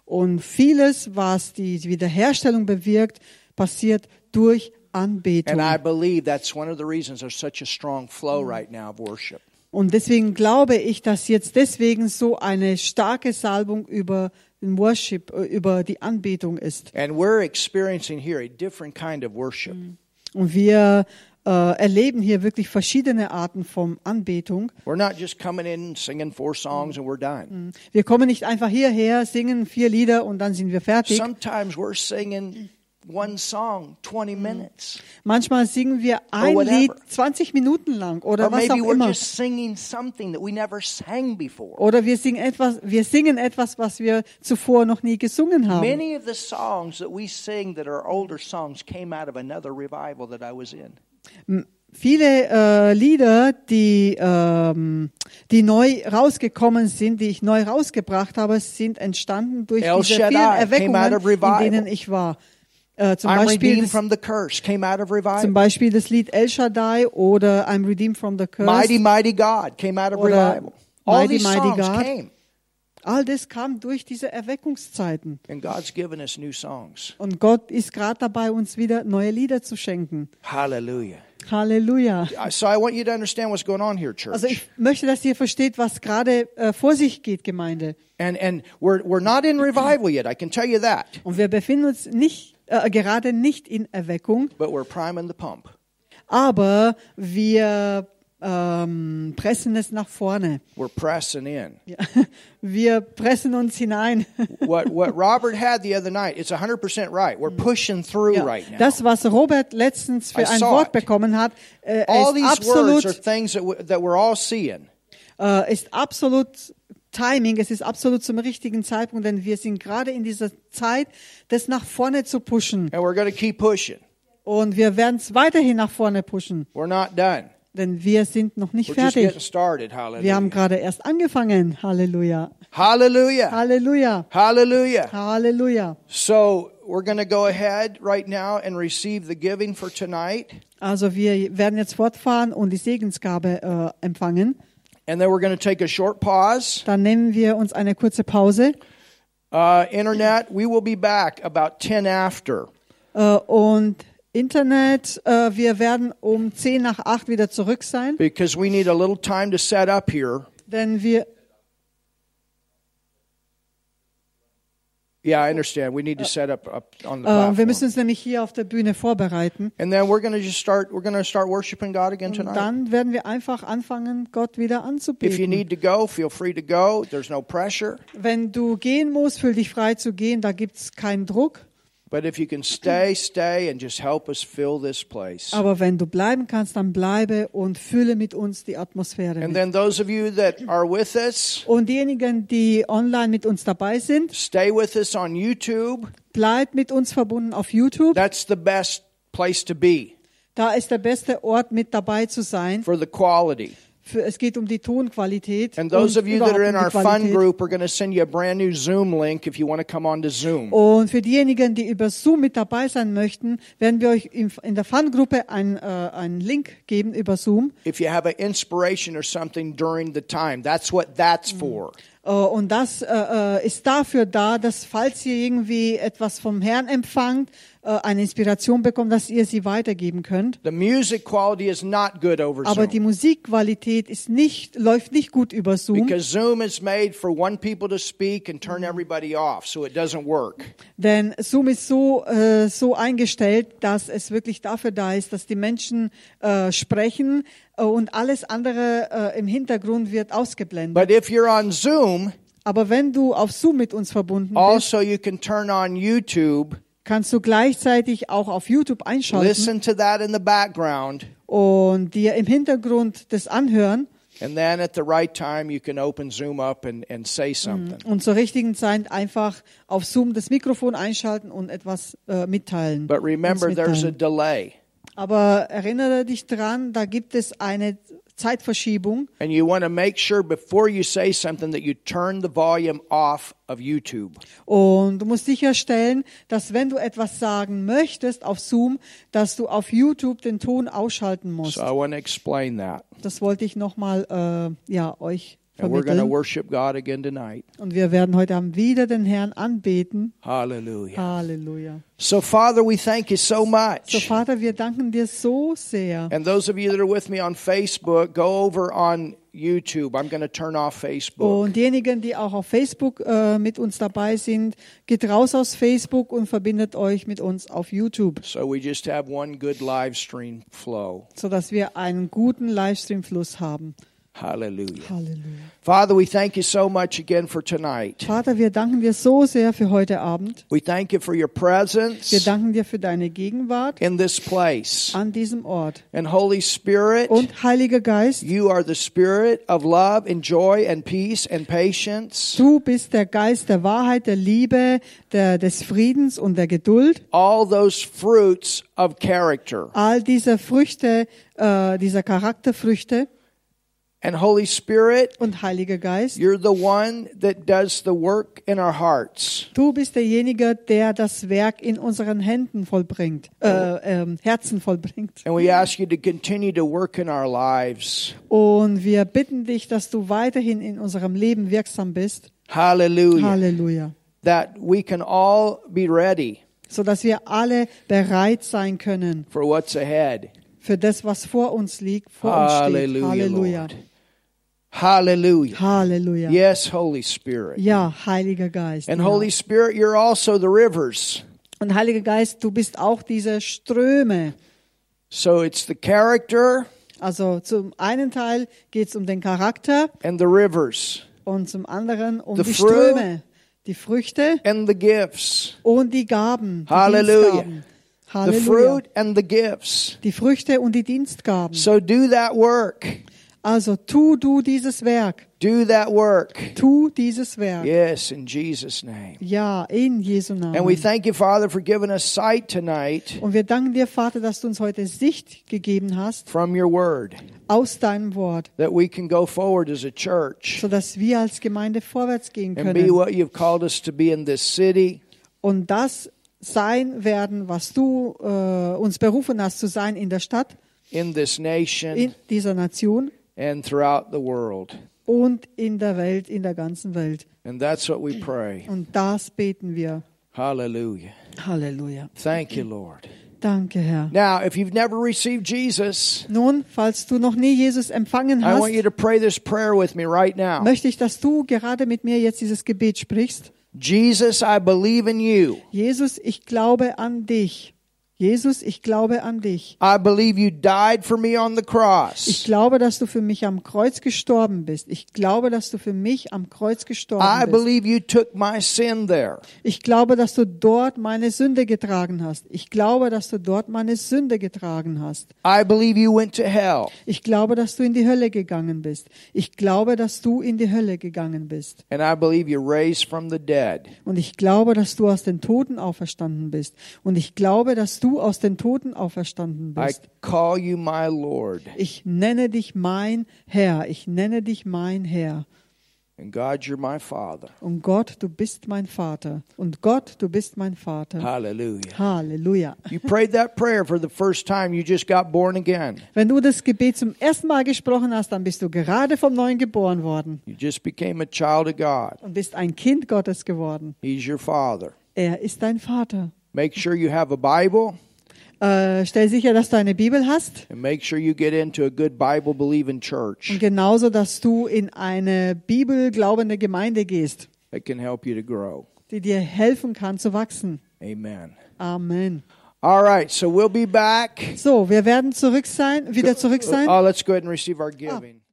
[SPEAKER 1] Und vieles, was die Wiederherstellung bewirkt, passiert durch Anbetung.
[SPEAKER 2] and i believe that's one of the reasons there's such a strong flow right now of worship
[SPEAKER 1] Und deswegen glaube ich, dass jetzt deswegen so eine starke Salbung über den Worship, äh, über die Anbetung ist.
[SPEAKER 2] and we're experiencing here a different kind of worship
[SPEAKER 1] Und wir äh, erleben hier wirklich verschiedene Arten von Anbetung.
[SPEAKER 2] We're not just coming in singing four songs and we're done.
[SPEAKER 1] Wir kommen nicht einfach hierher, singen vier Lieder und dann sind wir fertig.
[SPEAKER 2] Sometimes we're singing one song
[SPEAKER 1] Mm.
[SPEAKER 2] 20 minutes.
[SPEAKER 1] Manchmal singen wir ein
[SPEAKER 2] whatever.
[SPEAKER 1] Lied 20 Minuten lang oder
[SPEAKER 2] Or
[SPEAKER 1] was auch
[SPEAKER 2] maybe we're
[SPEAKER 1] immer.
[SPEAKER 2] just singing something that we never sang before.
[SPEAKER 1] Oder wir singen etwas, wir singen etwas, was wir zuvor noch nie gesungen haben.
[SPEAKER 2] Many of the songs that we sing that are older songs came out of another revival that I was in.
[SPEAKER 1] viele äh, Lieder, die, ähm, die neu rausgekommen sind, die ich neu rausgebracht habe, sind entstanden durch
[SPEAKER 2] El
[SPEAKER 1] diese vielen
[SPEAKER 2] Shaddai came
[SPEAKER 1] Erweckungen,
[SPEAKER 2] out of revival.
[SPEAKER 1] in denen ich war. Äh, zum,
[SPEAKER 2] I'm
[SPEAKER 1] Beispiel
[SPEAKER 2] redeemed
[SPEAKER 1] das,
[SPEAKER 2] from the curse came out of
[SPEAKER 1] zum
[SPEAKER 2] revival.
[SPEAKER 1] Beispiel das Lied El Shaddai oder I'm Redeemed from the Curse.
[SPEAKER 2] Mighty, mighty God came out of
[SPEAKER 1] Oder
[SPEAKER 2] revival. All
[SPEAKER 1] Mighty,
[SPEAKER 2] these
[SPEAKER 1] mighty
[SPEAKER 2] songs
[SPEAKER 1] God.
[SPEAKER 2] came,
[SPEAKER 1] All das kam durch diese Erweckungszeiten.
[SPEAKER 2] and God's given us new songs.
[SPEAKER 1] Und Gott ist gerade dabei, uns wieder neue Lieder zu schenken.
[SPEAKER 2] Hallelujah.
[SPEAKER 1] Halleluja.
[SPEAKER 2] I- So I want you to understand what's going on here,
[SPEAKER 1] Also
[SPEAKER 2] church.
[SPEAKER 1] ich möchte, dass ihr versteht, was gerade äh, vor sich geht, Gemeinde.
[SPEAKER 2] And and we're we're not in revival yet. I can tell you that.
[SPEAKER 1] Und wir befinden uns nicht, äh, gerade nicht in Erweckung,
[SPEAKER 2] But we're priming the pump.
[SPEAKER 1] aber wir ähm, pressen es nach vorne.
[SPEAKER 2] We're pressing in.
[SPEAKER 1] Ja. Wir pressen uns hinein.
[SPEAKER 2] What what Robert had the other night, it's 100% right. We're pushing through
[SPEAKER 1] Ja.
[SPEAKER 2] right now.
[SPEAKER 1] Das, was Robert letztens
[SPEAKER 2] I
[SPEAKER 1] für ein
[SPEAKER 2] saw
[SPEAKER 1] Wort
[SPEAKER 2] it.
[SPEAKER 1] bekommen hat, äh, ist,
[SPEAKER 2] all these words
[SPEAKER 1] absolut,
[SPEAKER 2] are things that we, that we're all seeing.
[SPEAKER 1] äh, ist absolut Timing. Es ist absolut zum richtigen Zeitpunkt, denn wir sind gerade in dieser Zeit, das nach vorne zu pushen.
[SPEAKER 2] And we're going to keep pushing.
[SPEAKER 1] Und wir werden es weiterhin nach vorne pushen,
[SPEAKER 2] We're not done.
[SPEAKER 1] denn wir sind noch nicht
[SPEAKER 2] We're just getting
[SPEAKER 1] fertig.
[SPEAKER 2] started.
[SPEAKER 1] Wir haben
[SPEAKER 2] Hallelujah.
[SPEAKER 1] gerade erst angefangen. Halleluja.
[SPEAKER 2] Hallelujah.
[SPEAKER 1] Halleluja.
[SPEAKER 2] Hallelujah.
[SPEAKER 1] Halleluja.
[SPEAKER 2] So we're going to go ahead right now and receive the giving for tonight.
[SPEAKER 1] Also wir werden jetzt fortfahren und die Segensgabe äh, empfangen.
[SPEAKER 2] And then we're going to take a short pause.
[SPEAKER 1] Dann nehmen wir uns eine kurze Pause
[SPEAKER 2] Uh, Internet, we will be back about 10 after.
[SPEAKER 1] äh, und Internet, äh, wir werden um 10 nach 8 wieder zurück sein,
[SPEAKER 2] because we need a little time to set up here.
[SPEAKER 1] denn wir
[SPEAKER 2] Yeah, I understand. We need to set up up on the
[SPEAKER 1] äh, wir
[SPEAKER 2] platform.
[SPEAKER 1] müssen uns nämlich hier auf der Bühne vorbereiten.
[SPEAKER 2] and then we're going to just start. We're going to start worshiping God again
[SPEAKER 1] Und
[SPEAKER 2] tonight.
[SPEAKER 1] dann werden wir einfach anfangen, Gott wieder
[SPEAKER 2] If you
[SPEAKER 1] anzubeten.
[SPEAKER 2] need to go, feel free to go. There's no pressure.
[SPEAKER 1] Wenn du gehen musst, fühl dich frei zu gehen, da gibt's keinen Druck.
[SPEAKER 2] But if you can stay, stay, and just help us fill this place.
[SPEAKER 1] Aber wenn du bleiben kannst, dann bleibe und fülle mit uns die Atmosphäre.
[SPEAKER 2] And
[SPEAKER 1] mit.
[SPEAKER 2] then those of you that are with us,
[SPEAKER 1] Und diejenigen, die online mit uns dabei sind,
[SPEAKER 2] stay with us on YouTube.
[SPEAKER 1] bleibt mit uns verbunden auf YouTube.
[SPEAKER 2] That's the best place to be
[SPEAKER 1] Da ist der beste Ort, mit dabei zu sein.
[SPEAKER 2] for the quality.
[SPEAKER 1] Für, es geht um die Tonqualität.
[SPEAKER 2] And those
[SPEAKER 1] und
[SPEAKER 2] of you that are in our
[SPEAKER 1] überhaupt um die
[SPEAKER 2] fun
[SPEAKER 1] Qualität.
[SPEAKER 2] group, we're going to send you a brand new Zoom link if you want to come on to Zoom.
[SPEAKER 1] Und für diejenigen, die über Zoom mit dabei sein möchten, werden wir euch im- in der Fun-Gruppe einen, äh, einen Link geben über Zoom.
[SPEAKER 2] if you have an inspiration or something during the time. That's what that's for.
[SPEAKER 1] Äh, Und das äh, äh, ist dafür da, dass falls ihr irgendwie etwas vom Herrn empfangt, äh, eine Inspiration bekommt, dass ihr sie weitergeben könnt.
[SPEAKER 2] The music quality is not good over
[SPEAKER 1] Aber die
[SPEAKER 2] Zoom
[SPEAKER 1] Musikqualität ist nicht, läuft nicht gut über Zoom,
[SPEAKER 2] because Zoom is made for one people to speak and turn everybody off, so it doesn't work.
[SPEAKER 1] denn Zoom ist so, äh, so eingestellt, dass es wirklich dafür da ist, dass die Menschen äh, sprechen äh, und alles andere äh, im Hintergrund wird ausgeblendet.
[SPEAKER 2] But if you're on Zoom,
[SPEAKER 1] Aber wenn du auf Zoom mit uns verbunden bist,
[SPEAKER 2] also you can turn on YouTube,
[SPEAKER 1] kannst du gleichzeitig auch auf YouTube einschalten.
[SPEAKER 2] listen to that in the background,
[SPEAKER 1] und dir im Hintergrund das anhören
[SPEAKER 2] and then at the right time you can open Zoom up and, and say something.
[SPEAKER 1] und zur richtigen Zeit einfach auf Zoom das Mikrofon einschalten und etwas äh, mitteilen.
[SPEAKER 2] But remember,
[SPEAKER 1] uns
[SPEAKER 2] there's a
[SPEAKER 1] mitteilen.
[SPEAKER 2] delay,
[SPEAKER 1] Aber erinnere dich dran, da gibt es eine Zeitverschiebung
[SPEAKER 2] and you want to make sure before you say something that you turn the volume off of YouTube.
[SPEAKER 1] und du musst sicherstellen, dass wenn du etwas sagen möchtest auf Zoom, dass du auf YouTube den Ton ausschalten musst.
[SPEAKER 2] So I want to explain that.
[SPEAKER 1] Das wollte ich nochmal äh, ja, euch
[SPEAKER 2] And we're going to
[SPEAKER 1] vermitteln.
[SPEAKER 2] worship God again tonight.
[SPEAKER 1] Und wir werden heute Abend wieder den Herrn anbeten.
[SPEAKER 2] Hallelujah.
[SPEAKER 1] Halleluja.
[SPEAKER 2] So, Father, we thank you so
[SPEAKER 1] So,
[SPEAKER 2] much.
[SPEAKER 1] Vater, wir danken dir so sehr.
[SPEAKER 2] And those of you that are with me on Facebook, go over on YouTube. I'm going to turn off Facebook.
[SPEAKER 1] Und diejenigen, die auch auf Facebook äh, mit uns dabei sind, geht raus aus Facebook und verbindet euch mit uns auf YouTube,
[SPEAKER 2] So we just have one good live stream flow.
[SPEAKER 1] sodass wir einen guten Livestream-Fluss haben.
[SPEAKER 2] Hallelujah.
[SPEAKER 1] Halleluja.
[SPEAKER 2] Father, we thank you so much again for tonight.
[SPEAKER 1] Vater, wir danken dir so sehr für heute Abend.
[SPEAKER 2] We thank you for your
[SPEAKER 1] Wir
[SPEAKER 2] presence
[SPEAKER 1] danken dir für deine Gegenwart
[SPEAKER 2] in this place.
[SPEAKER 1] an diesem Ort.
[SPEAKER 2] And Holy Spirit,
[SPEAKER 1] Und Heiliger Geist,
[SPEAKER 2] you are the spirit of love and joy and peace and patience.
[SPEAKER 1] du bist der Geist der Wahrheit, der Liebe, der, des Friedens und der Geduld.
[SPEAKER 2] All those fruits of character.
[SPEAKER 1] All diese Früchte, äh, dieser Charakterfrüchte.
[SPEAKER 2] And Holy Spirit,
[SPEAKER 1] Und Heiliger Geist,
[SPEAKER 2] you're the one that does the work in our hearts.
[SPEAKER 1] du bist derjenige, der das Werk in unseren Händen vollbringt, äh, ähm, Herzen vollbringt.
[SPEAKER 2] And we ask you to continue to work in our lives.
[SPEAKER 1] Und wir bitten dich, dass du weiterhin in unserem Leben wirksam bist.
[SPEAKER 2] Hallelujah.
[SPEAKER 1] Halleluja.
[SPEAKER 2] That we can all be ready
[SPEAKER 1] Sodass wir alle bereit sein können
[SPEAKER 2] for what's ahead.
[SPEAKER 1] für das, was vor uns liegt, vor uns steht.
[SPEAKER 2] Hallelujah,
[SPEAKER 1] Halleluja.
[SPEAKER 2] Lord. Hallelujah.
[SPEAKER 1] Halleluja.
[SPEAKER 2] Yes, Holy Spirit.
[SPEAKER 1] Ja, Heiliger Geist.
[SPEAKER 2] And
[SPEAKER 1] ja.
[SPEAKER 2] Holy Spirit, you're also the rivers.
[SPEAKER 1] Und Heiliger Geist, du bist auch diese Ströme.
[SPEAKER 2] So it's the character
[SPEAKER 1] Also zum einen Teil geht es um den Charakter
[SPEAKER 2] and the rivers
[SPEAKER 1] und zum anderen um
[SPEAKER 2] The
[SPEAKER 1] die
[SPEAKER 2] fruit.
[SPEAKER 1] Ströme, die Früchte
[SPEAKER 2] and the gifts.
[SPEAKER 1] und die Gaben. Die
[SPEAKER 2] Halleluja.
[SPEAKER 1] Dienstgaben.
[SPEAKER 2] The
[SPEAKER 1] Halleluja.
[SPEAKER 2] fruit and the gifts.
[SPEAKER 1] Die Früchte und die Dienstgaben.
[SPEAKER 2] So do that work.
[SPEAKER 1] Also tu du dieses Werk,
[SPEAKER 2] Do that work.
[SPEAKER 1] tu dieses Werk.
[SPEAKER 2] Yes, in Jesus' name.
[SPEAKER 1] Ja, in Jesu Namen.
[SPEAKER 2] And we thank you, Father, for giving us sight tonight
[SPEAKER 1] Und wir danken dir, Vater, dass du uns heute Sicht gegeben hast
[SPEAKER 2] from your word,
[SPEAKER 1] aus deinem Wort,
[SPEAKER 2] that we can go forward as a church
[SPEAKER 1] so dass wir als Gemeinde vorwärts gehen
[SPEAKER 2] and be
[SPEAKER 1] können
[SPEAKER 2] what you've called us to be in this city.
[SPEAKER 1] und das sein werden, was du äh, uns berufen hast zu sein in der Stadt,
[SPEAKER 2] in this
[SPEAKER 1] in
[SPEAKER 2] nation
[SPEAKER 1] dieser Nation
[SPEAKER 2] and throughout the world.
[SPEAKER 1] und in der Welt, in der ganzen Welt.
[SPEAKER 2] And that's what we pray.
[SPEAKER 1] Und das beten wir.
[SPEAKER 2] Hallelujah.
[SPEAKER 1] Halleluja.
[SPEAKER 2] Thank you, Lord.
[SPEAKER 1] Danke, Herr.
[SPEAKER 2] Now, if you've never received Jesus,
[SPEAKER 1] Nun, falls du noch nie Jesus empfangen
[SPEAKER 2] I
[SPEAKER 1] hast,
[SPEAKER 2] want you to pray this prayer with me right now.
[SPEAKER 1] möchte ich, dass du gerade mit mir jetzt dieses Gebet sprichst.
[SPEAKER 2] Jesus, I believe in you.
[SPEAKER 1] Jesus, ich glaube an dich. Jesus, ich glaube an dich.
[SPEAKER 2] I believe you died for me on the
[SPEAKER 1] Ich
[SPEAKER 2] cross.
[SPEAKER 1] glaube, dass du für mich am Kreuz gestorben bist. Ich glaube, dass du für mich am Kreuz
[SPEAKER 2] I
[SPEAKER 1] gestorben bist.
[SPEAKER 2] believe you took my sin there.
[SPEAKER 1] Ich glaube, dass du dort meine Sünde getragen hast. Ich glaube, dass du dort meine Sünde getragen hast.
[SPEAKER 2] I believe you went to hell
[SPEAKER 1] Ich glaube, dass du in die Hölle gegangen bist. Ich glaube, dass du in die Hölle gegangen bist.
[SPEAKER 2] and I believe you raised from the dead.
[SPEAKER 1] Und ich glaube, dass du aus den Toten auferstanden bist. Und ich glaube, dass du aus den Toten auferstanden
[SPEAKER 2] I
[SPEAKER 1] bist.
[SPEAKER 2] call you my Lord.
[SPEAKER 1] Ich nenne dich mein Herr. Ich nenne dich mein Herr.
[SPEAKER 2] And God, you're my Father.
[SPEAKER 1] Und Gott, du bist mein Vater. Und Gott, du bist mein Vater.
[SPEAKER 2] Hallelujah.
[SPEAKER 1] Halleluja.
[SPEAKER 2] You prayed that prayer for the first time. You just got born again.
[SPEAKER 1] Wenn du das Gebet zum ersten Mal gesprochen hast, dann bist du gerade vom Neuen geboren worden
[SPEAKER 2] You just became a child of God.
[SPEAKER 1] und bist ein Kind Gottes geworden.
[SPEAKER 2] He's your father.
[SPEAKER 1] Er ist dein Vater.
[SPEAKER 2] Make sure you have a Bible
[SPEAKER 1] Äh, stell sicher, dass du eine Bibel hast
[SPEAKER 2] and make sure you get into a good Bible believing
[SPEAKER 1] und
[SPEAKER 2] church
[SPEAKER 1] genauso, dass du in eine bibelglaubende Gemeinde gehst,
[SPEAKER 2] that can help you to grow.
[SPEAKER 1] die dir helfen kann zu wachsen.
[SPEAKER 2] Amen.
[SPEAKER 1] Amen.
[SPEAKER 2] All right, so we'll be back.
[SPEAKER 1] So, wir werden zurück sein, wieder zurück sein.
[SPEAKER 2] Oh, let's go ahead and receive our giving.